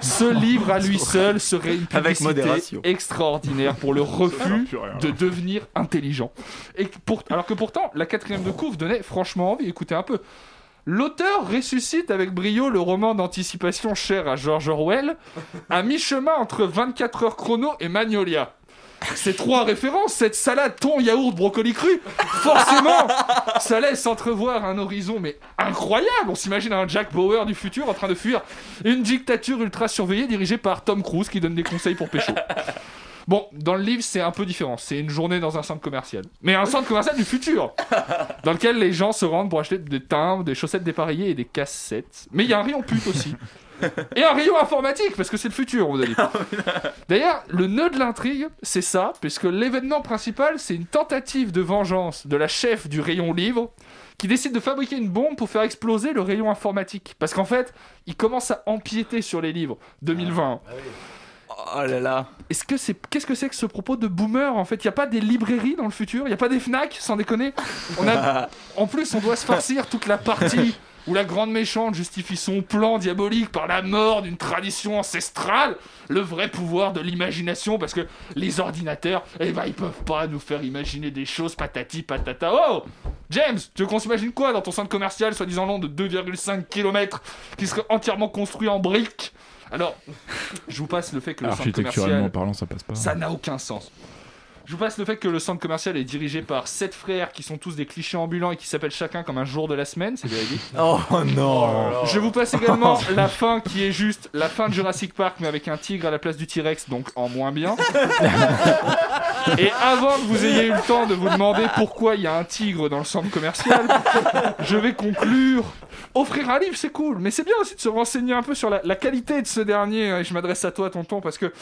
Speaker 7: Ce livre à lui seul serait une
Speaker 1: Avec
Speaker 7: publicité
Speaker 1: modération.
Speaker 7: extraordinaire pour le refus de devenir intelligent. Et pour- alors que pourtant, la quatrième de couve donnait franchement envie, écoutez un peu. L'auteur ressuscite avec brio le roman d'anticipation cher à George Orwell, à mi-chemin entre 24 heures chrono et Magnolia. Ces trois références, cette salade, thon, yaourt, brocoli cru, forcément, ça laisse entrevoir un horizon mais incroyable. On s'imagine un Jack Bauer du futur en train de fuir une dictature ultra surveillée dirigée par Tom Cruise qui donne des conseils pour pécho. Bon, dans le livre, c'est un peu différent. C'est une journée dans un centre commercial. Mais un centre commercial du futur Dans lequel les gens se rendent pour acheter des timbres, des chaussettes dépareillées et des cassettes. Mais il y a un rayon pute aussi. Et un rayon informatique, parce que c'est le futur, on vous a dit. D'ailleurs, le nœud de l'intrigue, c'est ça, puisque l'événement principal, c'est une tentative de vengeance de la chef du rayon livre qui décide de fabriquer une bombe pour faire exploser le rayon informatique. Parce qu'en fait, il commence à empiéter sur les livres 2020. Ah, bah Oh là là. Est-ce que c'est qu'est-ce que c'est que ce propos de boomer en fait Il y a pas des librairies dans le futur Il y a pas des Fnac sans déconner On a en plus on doit se farcir toute la partie où la grande méchante justifie son plan diabolique par la mort d'une tradition ancestrale, le vrai pouvoir de l'imagination parce que les ordinateurs eh ben ils peuvent pas nous faire imaginer des choses patati patata. Oh James, tu veux qu'on s'imagine quoi dans ton centre commercial soi-disant long de 2,5 km qui serait entièrement construit en briques alors, je vous passe le fait que le centre
Speaker 5: Architecturalement
Speaker 7: commercial
Speaker 5: parlant, ça passe pas.
Speaker 7: ça n'a aucun sens. Je vous passe le fait que le centre commercial est dirigé par sept frères qui sont tous des clichés ambulants et qui s'appellent chacun comme un jour de la semaine, c'est véridique.
Speaker 1: Oh non
Speaker 7: Je vous passe également la fin qui est juste la fin de Jurassic Park mais avec un tigre à la place du T-Rex donc en moins bien. Et avant que vous ayez eu le temps de vous demander pourquoi il y a un tigre dans le centre commercial, je vais conclure. Offrir un livre, c'est cool, mais c'est bien aussi de se renseigner un peu sur la, la qualité de ce dernier. hein, Et je m'adresse à toi, tonton, parce que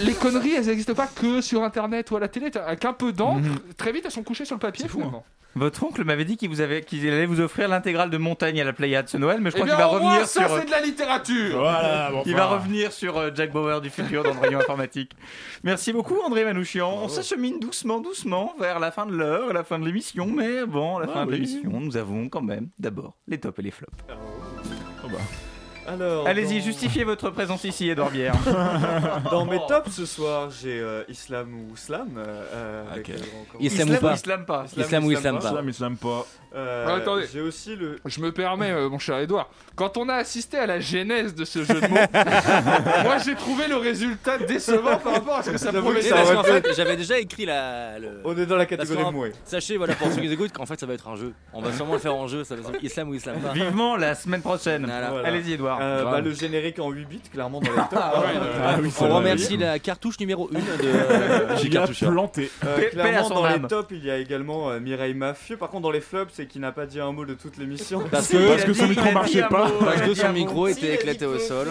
Speaker 7: les conneries, elles n'existent pas que sur Internet ou à la télé. T'as- Avec un peu d'encre,
Speaker 1: Mhm.
Speaker 7: très vite, elles sont couchées sur le papier,
Speaker 1: hein.
Speaker 7: finalement.
Speaker 1: Votre oncle m'avait dit qu'il vous avait- qu'il allait vous offrir l'intégrale de Montagne à la Pléiade ce Noël, mais je
Speaker 7: Eh
Speaker 1: crois
Speaker 7: bien,
Speaker 1: qu'il va
Speaker 7: au moins,
Speaker 1: revenir
Speaker 7: ça,
Speaker 1: sur. euh,
Speaker 7: c'est de la littérature
Speaker 1: Voilà, bon, Il va
Speaker 7: enfin.
Speaker 1: revenir sur euh, Jack Bauer du futur dans le rayon informatique. Merci beaucoup André Manouchian. On s'achemine doucement, doucement vers la fin de l'heure, la fin de l'émission, mais bon, la
Speaker 4: Ah
Speaker 1: fin de
Speaker 4: oui.
Speaker 1: l'émission, nous avons quand même d'abord les tops et les flops.
Speaker 6: Oh, bah.
Speaker 1: Oh, bah.
Speaker 4: Alors,
Speaker 1: Allez-y,
Speaker 4: dans-
Speaker 1: justifiez votre présence ici, Edouard Bière.
Speaker 4: Dans
Speaker 1: Oh.
Speaker 4: mes tops ce soir, j'ai euh, Islam ou Slam. euh, euh, avec,
Speaker 1: Ah, Ok.
Speaker 4: euh, grand-
Speaker 1: Islam ou Islam ou pas Islam pas Islam ou Islam pas
Speaker 5: Islam, Islam pas.
Speaker 4: Euh,
Speaker 7: Ah, attendez.
Speaker 4: J'ai aussi le.
Speaker 7: Je me permets, euh, mon cher Edouard, quand on a assisté à la genèse de ce jeu de mots, moi j'ai trouvé le résultat décevant par rapport à ce que ça
Speaker 4: J'avoue
Speaker 7: promettait.
Speaker 4: que ça aurait
Speaker 7: En
Speaker 4: pu
Speaker 7: fait,
Speaker 4: être-
Speaker 6: J'avais déjà écrit la. le-
Speaker 4: On est dans la catégorie
Speaker 6: Parce qu'en-
Speaker 4: mouet.
Speaker 6: Sachez, voilà, pour ceux qui nous écoutent, qu'en fait, ça va être un jeu. On va sûrement le faire en jeu. Ça va être Islam ou Islam pas.
Speaker 1: Vivement la semaine prochaine.
Speaker 6: Ah bah. Voilà.
Speaker 1: Allez-y, Edouard. l'histoire
Speaker 4: Euh,
Speaker 1: Grave.
Speaker 4: bah, le générique en 8 bits, clairement, dans les tops.
Speaker 1: Ah ouais, ouais. Ah oui, ça
Speaker 6: On
Speaker 1: va.
Speaker 6: remercie la cartouche numéro 1
Speaker 4: Euh,
Speaker 6: de
Speaker 4: il
Speaker 6: J'ai
Speaker 4: a Euh,
Speaker 6: Pépé à
Speaker 4: clairement,
Speaker 6: son
Speaker 4: dans
Speaker 6: âme.
Speaker 4: les tops, il y a également euh, Mireille Mafieux. Par contre, dans les flops, c'est qu'il n'a pas dit un mot de toute l'émission.
Speaker 6: Parce que- Parce que son micro marchait pas. Parce
Speaker 4: euh,
Speaker 6: que son micro était éclaté au sol.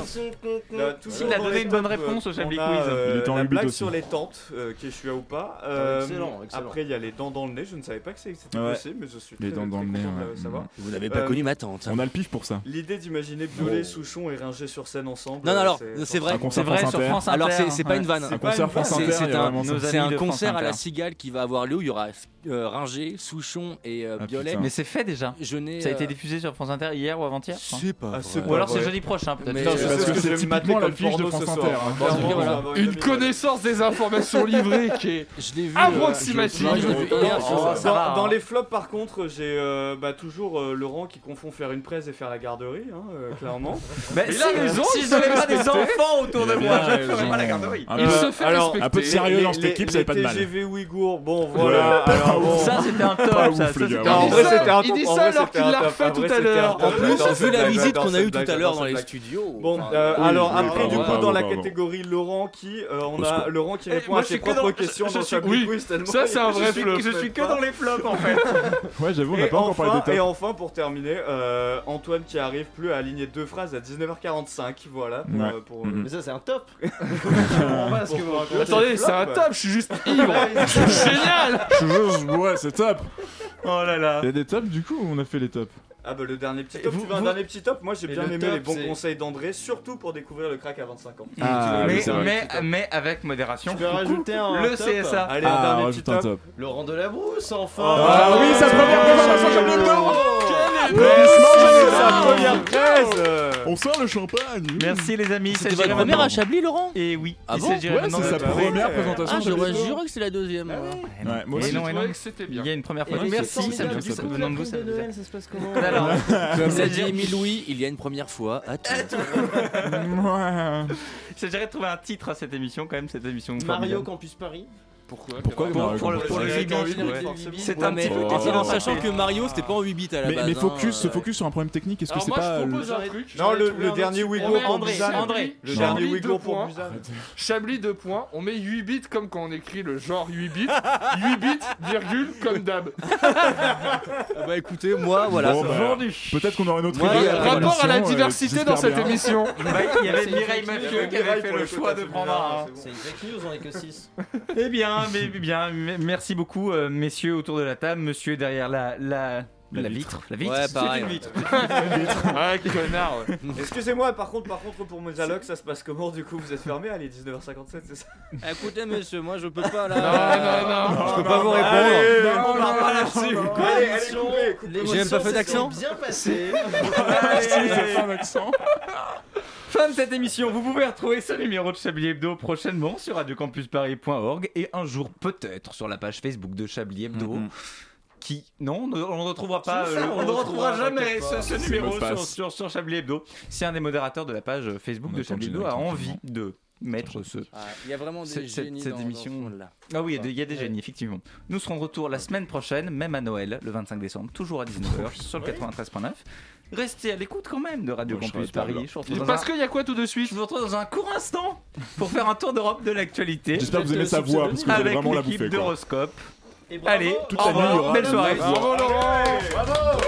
Speaker 4: Là, toujours
Speaker 1: S'il a
Speaker 4: dans
Speaker 1: donné
Speaker 4: les
Speaker 1: une bonne
Speaker 4: tops,
Speaker 1: réponse au
Speaker 4: on
Speaker 1: Chablis
Speaker 4: a,
Speaker 1: Quiz.
Speaker 4: euh,
Speaker 1: Il était en
Speaker 4: la
Speaker 1: huit bits
Speaker 4: blague
Speaker 1: aussi.
Speaker 4: sur les tentes, euh, Quechua ou
Speaker 6: Ah,
Speaker 4: pas. Euh,
Speaker 1: Excellent, excellent.
Speaker 4: Après, il y a les dents dans le nez. Je ne savais pas que c'était
Speaker 5: Ouais.
Speaker 4: possible, mais je suis
Speaker 5: Les
Speaker 4: très,
Speaker 5: dents
Speaker 4: très
Speaker 5: dans le nez,
Speaker 4: content de
Speaker 5: ouais.
Speaker 4: savoir.
Speaker 5: Vous
Speaker 6: n'avez pas
Speaker 4: Euh,
Speaker 6: connu ma tante.
Speaker 5: On a le pif pour ça.
Speaker 4: L'idée d'imaginer Biolay, Souchon et Ringer sur scène ensemble.
Speaker 6: Non, non,
Speaker 4: euh,
Speaker 6: alors, c'est vrai, c'est vrai sur France Inter. hein. Alors, c'est c'est pas
Speaker 4: Ouais.
Speaker 6: une vanne.
Speaker 4: C'est pas une vanne.
Speaker 6: C'est- c'est un- C'est un, concert à la
Speaker 1: Cigale.
Speaker 6: cigale qui va avoir lieu où il y aura euh, Ringer, Souchon et
Speaker 1: Ah,
Speaker 6: euh, Biolay.
Speaker 1: Mais c'est fait déjà.
Speaker 6: Je n'ai,
Speaker 1: Ça a été
Speaker 6: euh,
Speaker 1: diffusé sur France Inter hier ou avant-hier je crois.
Speaker 6: C'est pas Ah, c'est vrai.
Speaker 1: Ou alors
Speaker 6: pas
Speaker 1: c'est
Speaker 6: vrai.
Speaker 1: jeudi prochain peut-être.
Speaker 6: Mais- Putain, je sais ce que je vais me mater comme porno ce soir.
Speaker 4: hein.
Speaker 6: Bon, en tout cas,
Speaker 4: Clairement,
Speaker 6: voilà.
Speaker 4: on va avoir
Speaker 7: Une connaissance des informations livrées qui est
Speaker 6: Je l'ai vu,
Speaker 7: approximative.
Speaker 6: euh, je l'ai vu hier, je-
Speaker 4: Dans-
Speaker 6: ça va,
Speaker 4: dans,
Speaker 6: hein.
Speaker 4: les flops, par contre, j'ai euh, bah, toujours euh, Laurent qui confond faire une presse et faire la garderie, hein, euh, clairement.
Speaker 1: Mais
Speaker 4: Il
Speaker 1: si-
Speaker 4: a raison,
Speaker 1: si
Speaker 4: il
Speaker 1: je
Speaker 4: se
Speaker 1: n'avais
Speaker 4: fait
Speaker 1: pas des
Speaker 4: respecter.
Speaker 1: enfants autour
Speaker 4: Il
Speaker 1: de
Speaker 4: a
Speaker 1: moi,
Speaker 4: bien
Speaker 1: je ne ferais
Speaker 4: raison.
Speaker 1: pas la garderie.
Speaker 4: Un
Speaker 1: Il
Speaker 4: peu-
Speaker 1: se fait
Speaker 4: alors,
Speaker 1: respecter.
Speaker 4: Un peu de sérieux dans cette
Speaker 1: Les-
Speaker 4: équipe,
Speaker 1: les-
Speaker 4: ça va pas de mal.
Speaker 1: les TGV
Speaker 4: Ouïghour, bon
Speaker 1: voilà. alors bon.
Speaker 4: Ça, c'était un top,
Speaker 1: Pas
Speaker 4: ça,
Speaker 1: ouf,
Speaker 4: ça,
Speaker 1: les
Speaker 4: c'était
Speaker 1: gars.
Speaker 4: un
Speaker 1: Non,
Speaker 4: top.
Speaker 1: en vrai, c'était un
Speaker 4: Il
Speaker 1: top.
Speaker 4: dit
Speaker 1: En
Speaker 4: ça
Speaker 1: vrai,
Speaker 4: alors
Speaker 1: c'était
Speaker 4: qu'il
Speaker 1: un
Speaker 4: l'a
Speaker 1: top. En
Speaker 4: refait
Speaker 1: vrai,
Speaker 4: tout à
Speaker 1: c'était un
Speaker 4: l'heure.
Speaker 1: top.
Speaker 4: En plus,
Speaker 1: J'adore
Speaker 4: vu
Speaker 1: cette
Speaker 4: la
Speaker 1: blague,
Speaker 4: visite
Speaker 1: j'adore
Speaker 4: qu'on a
Speaker 1: cette
Speaker 4: eue tout
Speaker 1: blague,
Speaker 4: à l'heure
Speaker 1: j'adore
Speaker 4: dans les
Speaker 1: cette blague.
Speaker 4: studios.
Speaker 1: Bon,
Speaker 4: Enfin,
Speaker 1: euh,
Speaker 4: oui,
Speaker 1: alors
Speaker 4: oui,
Speaker 1: après,
Speaker 4: pardon,
Speaker 1: du coup,
Speaker 4: pardon,
Speaker 1: dans la
Speaker 4: pardon.
Speaker 1: catégorie.
Speaker 4: catégorie Laurent qui euh, on
Speaker 1: Au
Speaker 4: a
Speaker 1: secours.
Speaker 4: Laurent qui
Speaker 1: Eh,
Speaker 4: répond
Speaker 1: moi,
Speaker 4: à
Speaker 1: je
Speaker 4: ses
Speaker 1: suis que
Speaker 4: propres
Speaker 1: dans-
Speaker 4: questions
Speaker 1: je- je
Speaker 4: dans
Speaker 1: suis-
Speaker 4: sa
Speaker 1: oui.
Speaker 4: quiz tellement
Speaker 1: Ça, c'est un
Speaker 4: je
Speaker 1: vrai
Speaker 4: suis-
Speaker 1: flop.
Speaker 4: je suis que
Speaker 1: Pas.
Speaker 4: dans les flops en fait
Speaker 5: Ouais, j'avoue, on n'a
Speaker 4: et
Speaker 5: pas encore
Speaker 4: enfin,
Speaker 5: parlé des tops.
Speaker 4: et enfin pour terminer euh, Antoine qui arrive plus à aligner deux phrases à 19h45 voilà pour,
Speaker 5: Ouais.
Speaker 4: euh, pour,
Speaker 5: Mhm.
Speaker 8: Mais ça, c'est un top
Speaker 7: Attendez, c'est un top, je suis juste ivre. C'est Génial
Speaker 5: Je veux, je bois, c'est top
Speaker 4: Oh là là
Speaker 5: Il y a des tops du coup ou on a fait les tops
Speaker 4: Ah bah le dernier petit top, tu veux un dernier petit top Moi j'ai
Speaker 5: Et
Speaker 4: bien
Speaker 5: le
Speaker 4: aimé
Speaker 5: top,
Speaker 4: les bons
Speaker 5: c'est-
Speaker 4: conseils d'André, surtout pour découvrir le crack à 25 ans.
Speaker 5: Ah,
Speaker 1: mais,
Speaker 5: oui, c'est vrai.
Speaker 1: mais, mais avec modération.
Speaker 4: Tu veux
Speaker 1: Coucou,
Speaker 4: rajouter un
Speaker 1: le
Speaker 4: top
Speaker 1: CSA.
Speaker 4: Allez, un Ah, dernier rajoute petit un top.
Speaker 8: Laurent Delabrousse, enfin
Speaker 4: Ah, oui, sa première présentation, j'aime le nom.
Speaker 8: Quel
Speaker 4: Quel
Speaker 8: applaudissement,
Speaker 4: applaudissement.
Speaker 8: j'aime ça.
Speaker 4: première presse
Speaker 5: On sort le champagne
Speaker 1: Merci les amis. c'est
Speaker 6: C'était votre
Speaker 1: Jérémy
Speaker 6: première
Speaker 1: Bernard.
Speaker 6: à Chablis, Laurent
Speaker 1: Et Eh oui.
Speaker 6: Ah
Speaker 1: il
Speaker 6: bon
Speaker 1: s'agirait maintenant de-
Speaker 6: Ah, j'aurais juré que c'est la deuxième. moi.
Speaker 5: Ouais, moi
Speaker 1: Et
Speaker 5: aussi.
Speaker 1: non, et
Speaker 5: Je
Speaker 1: non.
Speaker 5: trouvais que c'était bien.
Speaker 1: Il y a une première
Speaker 5: Et
Speaker 1: fois.
Speaker 5: oui, c'est
Speaker 1: Merci, ça me fait
Speaker 5: formidable, du
Speaker 1: ça.
Speaker 5: coup,
Speaker 1: me
Speaker 5: la
Speaker 1: demande vous, ça
Speaker 5: Coupe
Speaker 1: me fait
Speaker 8: ça se passe comment
Speaker 1: Alors,
Speaker 6: Comme
Speaker 1: ça
Speaker 6: l'a dit
Speaker 1: dirait-
Speaker 6: Émile Louis, il y a une première fois à tout.
Speaker 1: Il s'agirait de trouver un titre à cette émission, quand même, cette émission.
Speaker 8: Mario
Speaker 1: formidable.
Speaker 8: Campus Paris
Speaker 7: Pourquoi
Speaker 1: Pourquoi Pour- Mario pour le- Campus pour le Paris Vivi, ouais. C'est
Speaker 6: Ouais,
Speaker 1: un
Speaker 6: mais
Speaker 1: petit peu
Speaker 6: en
Speaker 1: technique.
Speaker 6: sachant que Mario, c'était pas en 8 bits à la
Speaker 5: Mais,
Speaker 6: base.
Speaker 5: mais
Speaker 6: hein,
Speaker 5: focus, se
Speaker 6: euh,
Speaker 5: focus sur un problème technique. Est-ce que
Speaker 6: Alors
Speaker 5: c'est
Speaker 6: moi, je
Speaker 5: pas
Speaker 6: propose
Speaker 5: le-
Speaker 6: un
Speaker 7: truc.
Speaker 4: Non, le,
Speaker 7: trouvé
Speaker 4: le
Speaker 7: un
Speaker 4: dernier
Speaker 7: autre
Speaker 4: Ouïghour
Speaker 7: truc.
Speaker 4: pour
Speaker 7: André,
Speaker 4: Busan.
Speaker 7: André.
Speaker 4: Le
Speaker 7: Chablis,
Speaker 4: dernier
Speaker 7: deux
Speaker 4: Ouïghour pour
Speaker 7: points.
Speaker 4: Busan.
Speaker 7: Chablis 2 points, on met 8 bits comme quand on écrit le genre 8 bits, 8 bits, virgule, comme d'hab.
Speaker 6: Ah Bah écoutez, moi, voilà.
Speaker 5: Bon, bah, Peut-être qu'on aurait une autre
Speaker 6: Moi,
Speaker 5: idée.
Speaker 6: il y a
Speaker 5: après
Speaker 6: rapport à la
Speaker 5: l'émission, euh,
Speaker 6: diversité
Speaker 5: j'espère
Speaker 6: dans cette
Speaker 5: bien.
Speaker 6: émission.
Speaker 1: Bah, Il y avait
Speaker 8: Il
Speaker 1: Mireille
Speaker 8: y
Speaker 1: Mathieu
Speaker 8: avait
Speaker 1: qui avait
Speaker 8: Mireille
Speaker 1: fait
Speaker 8: pour
Speaker 1: le
Speaker 8: le
Speaker 1: choix de
Speaker 8: quota
Speaker 1: prendre un. hein.
Speaker 8: C'est une fake news, on est que 6.
Speaker 1: Eh bien, mais, bien, m- merci beaucoup, euh, messieurs autour de la table, monsieur derrière la la, la vitre, la vitre.
Speaker 6: Ouais,
Speaker 1: c'est
Speaker 6: pareil,
Speaker 1: une
Speaker 6: ouais.
Speaker 1: vitre.
Speaker 7: Ah, connard. ouais.
Speaker 4: Excusez-moi, par contre, par contre, pour mes dialogues, ça se passe comment Du coup, vous êtes fermé Allez, 19h57, c'est ça
Speaker 6: Eh, Écoutez, monsieur, moi je peux pas là.
Speaker 4: Non, non, non, non, non, allez, on part pas là-dessus. Allez, allez, coupez, coupez.
Speaker 6: J'ai même pas fait d'accent.
Speaker 8: Bien passé.
Speaker 1: Ah, Fin de cette émission, vous pouvez retrouver ce numéro de Chablis Hebdo prochainement sur radiocampusparis.org et un jour peut-être sur la page Facebook de Chablis Hebdo. Qui non, ne- on ne retrouvera pas,
Speaker 7: C'est ça,
Speaker 1: euh,
Speaker 7: on
Speaker 1: on ne
Speaker 7: le
Speaker 1: retrouvera
Speaker 7: retrouvera,
Speaker 1: jamais
Speaker 7: t'inquiète
Speaker 1: ce,
Speaker 7: pas.
Speaker 1: ce
Speaker 7: C'est
Speaker 1: numéro
Speaker 7: mot de
Speaker 1: sur,
Speaker 7: passe.
Speaker 1: sur, sur Chablis Hebdo. Si un des modérateurs de la page Facebook de
Speaker 7: attend le
Speaker 1: Chablis Hebdo a
Speaker 7: générique,
Speaker 1: envie de mettre ce,
Speaker 6: Ah, Il y a vraiment des
Speaker 1: cette, cette-
Speaker 6: génies
Speaker 1: cette
Speaker 6: dans- dans
Speaker 1: émission
Speaker 6: ce monde, là.
Speaker 1: Ah oui, il y a des- il y, a des génies effectivement. Nous serons de retour la semaine prochaine, même à Noël, le 25 décembre, toujours à 19h sur le 93.9. Restez à l'écoute quand même de Radio
Speaker 7: Moi, je
Speaker 1: Campus
Speaker 7: serai pas
Speaker 1: Paris.
Speaker 7: là.
Speaker 1: Je vous retrouve dans
Speaker 7: Parce
Speaker 1: un-
Speaker 7: qu'il y a quoi tout de suite
Speaker 1: Je vous retrouve dans un court instant pour faire un tour d'Europe de l'actualité.
Speaker 5: J'espère que vous aimez sa voix, parce que vous avez
Speaker 1: Avec
Speaker 5: vraiment la
Speaker 1: l'équipe
Speaker 5: bouffée, quoi.
Speaker 1: d'Horoscope.
Speaker 8: bravo.
Speaker 1: Allez,
Speaker 5: Toute
Speaker 1: hein. au
Speaker 5: la nuit, hein. il y
Speaker 1: revoir,
Speaker 5: aura
Speaker 1: belle
Speaker 5: la
Speaker 1: soirée.
Speaker 5: voix. Bravo,
Speaker 1: Laurent.
Speaker 4: Bravo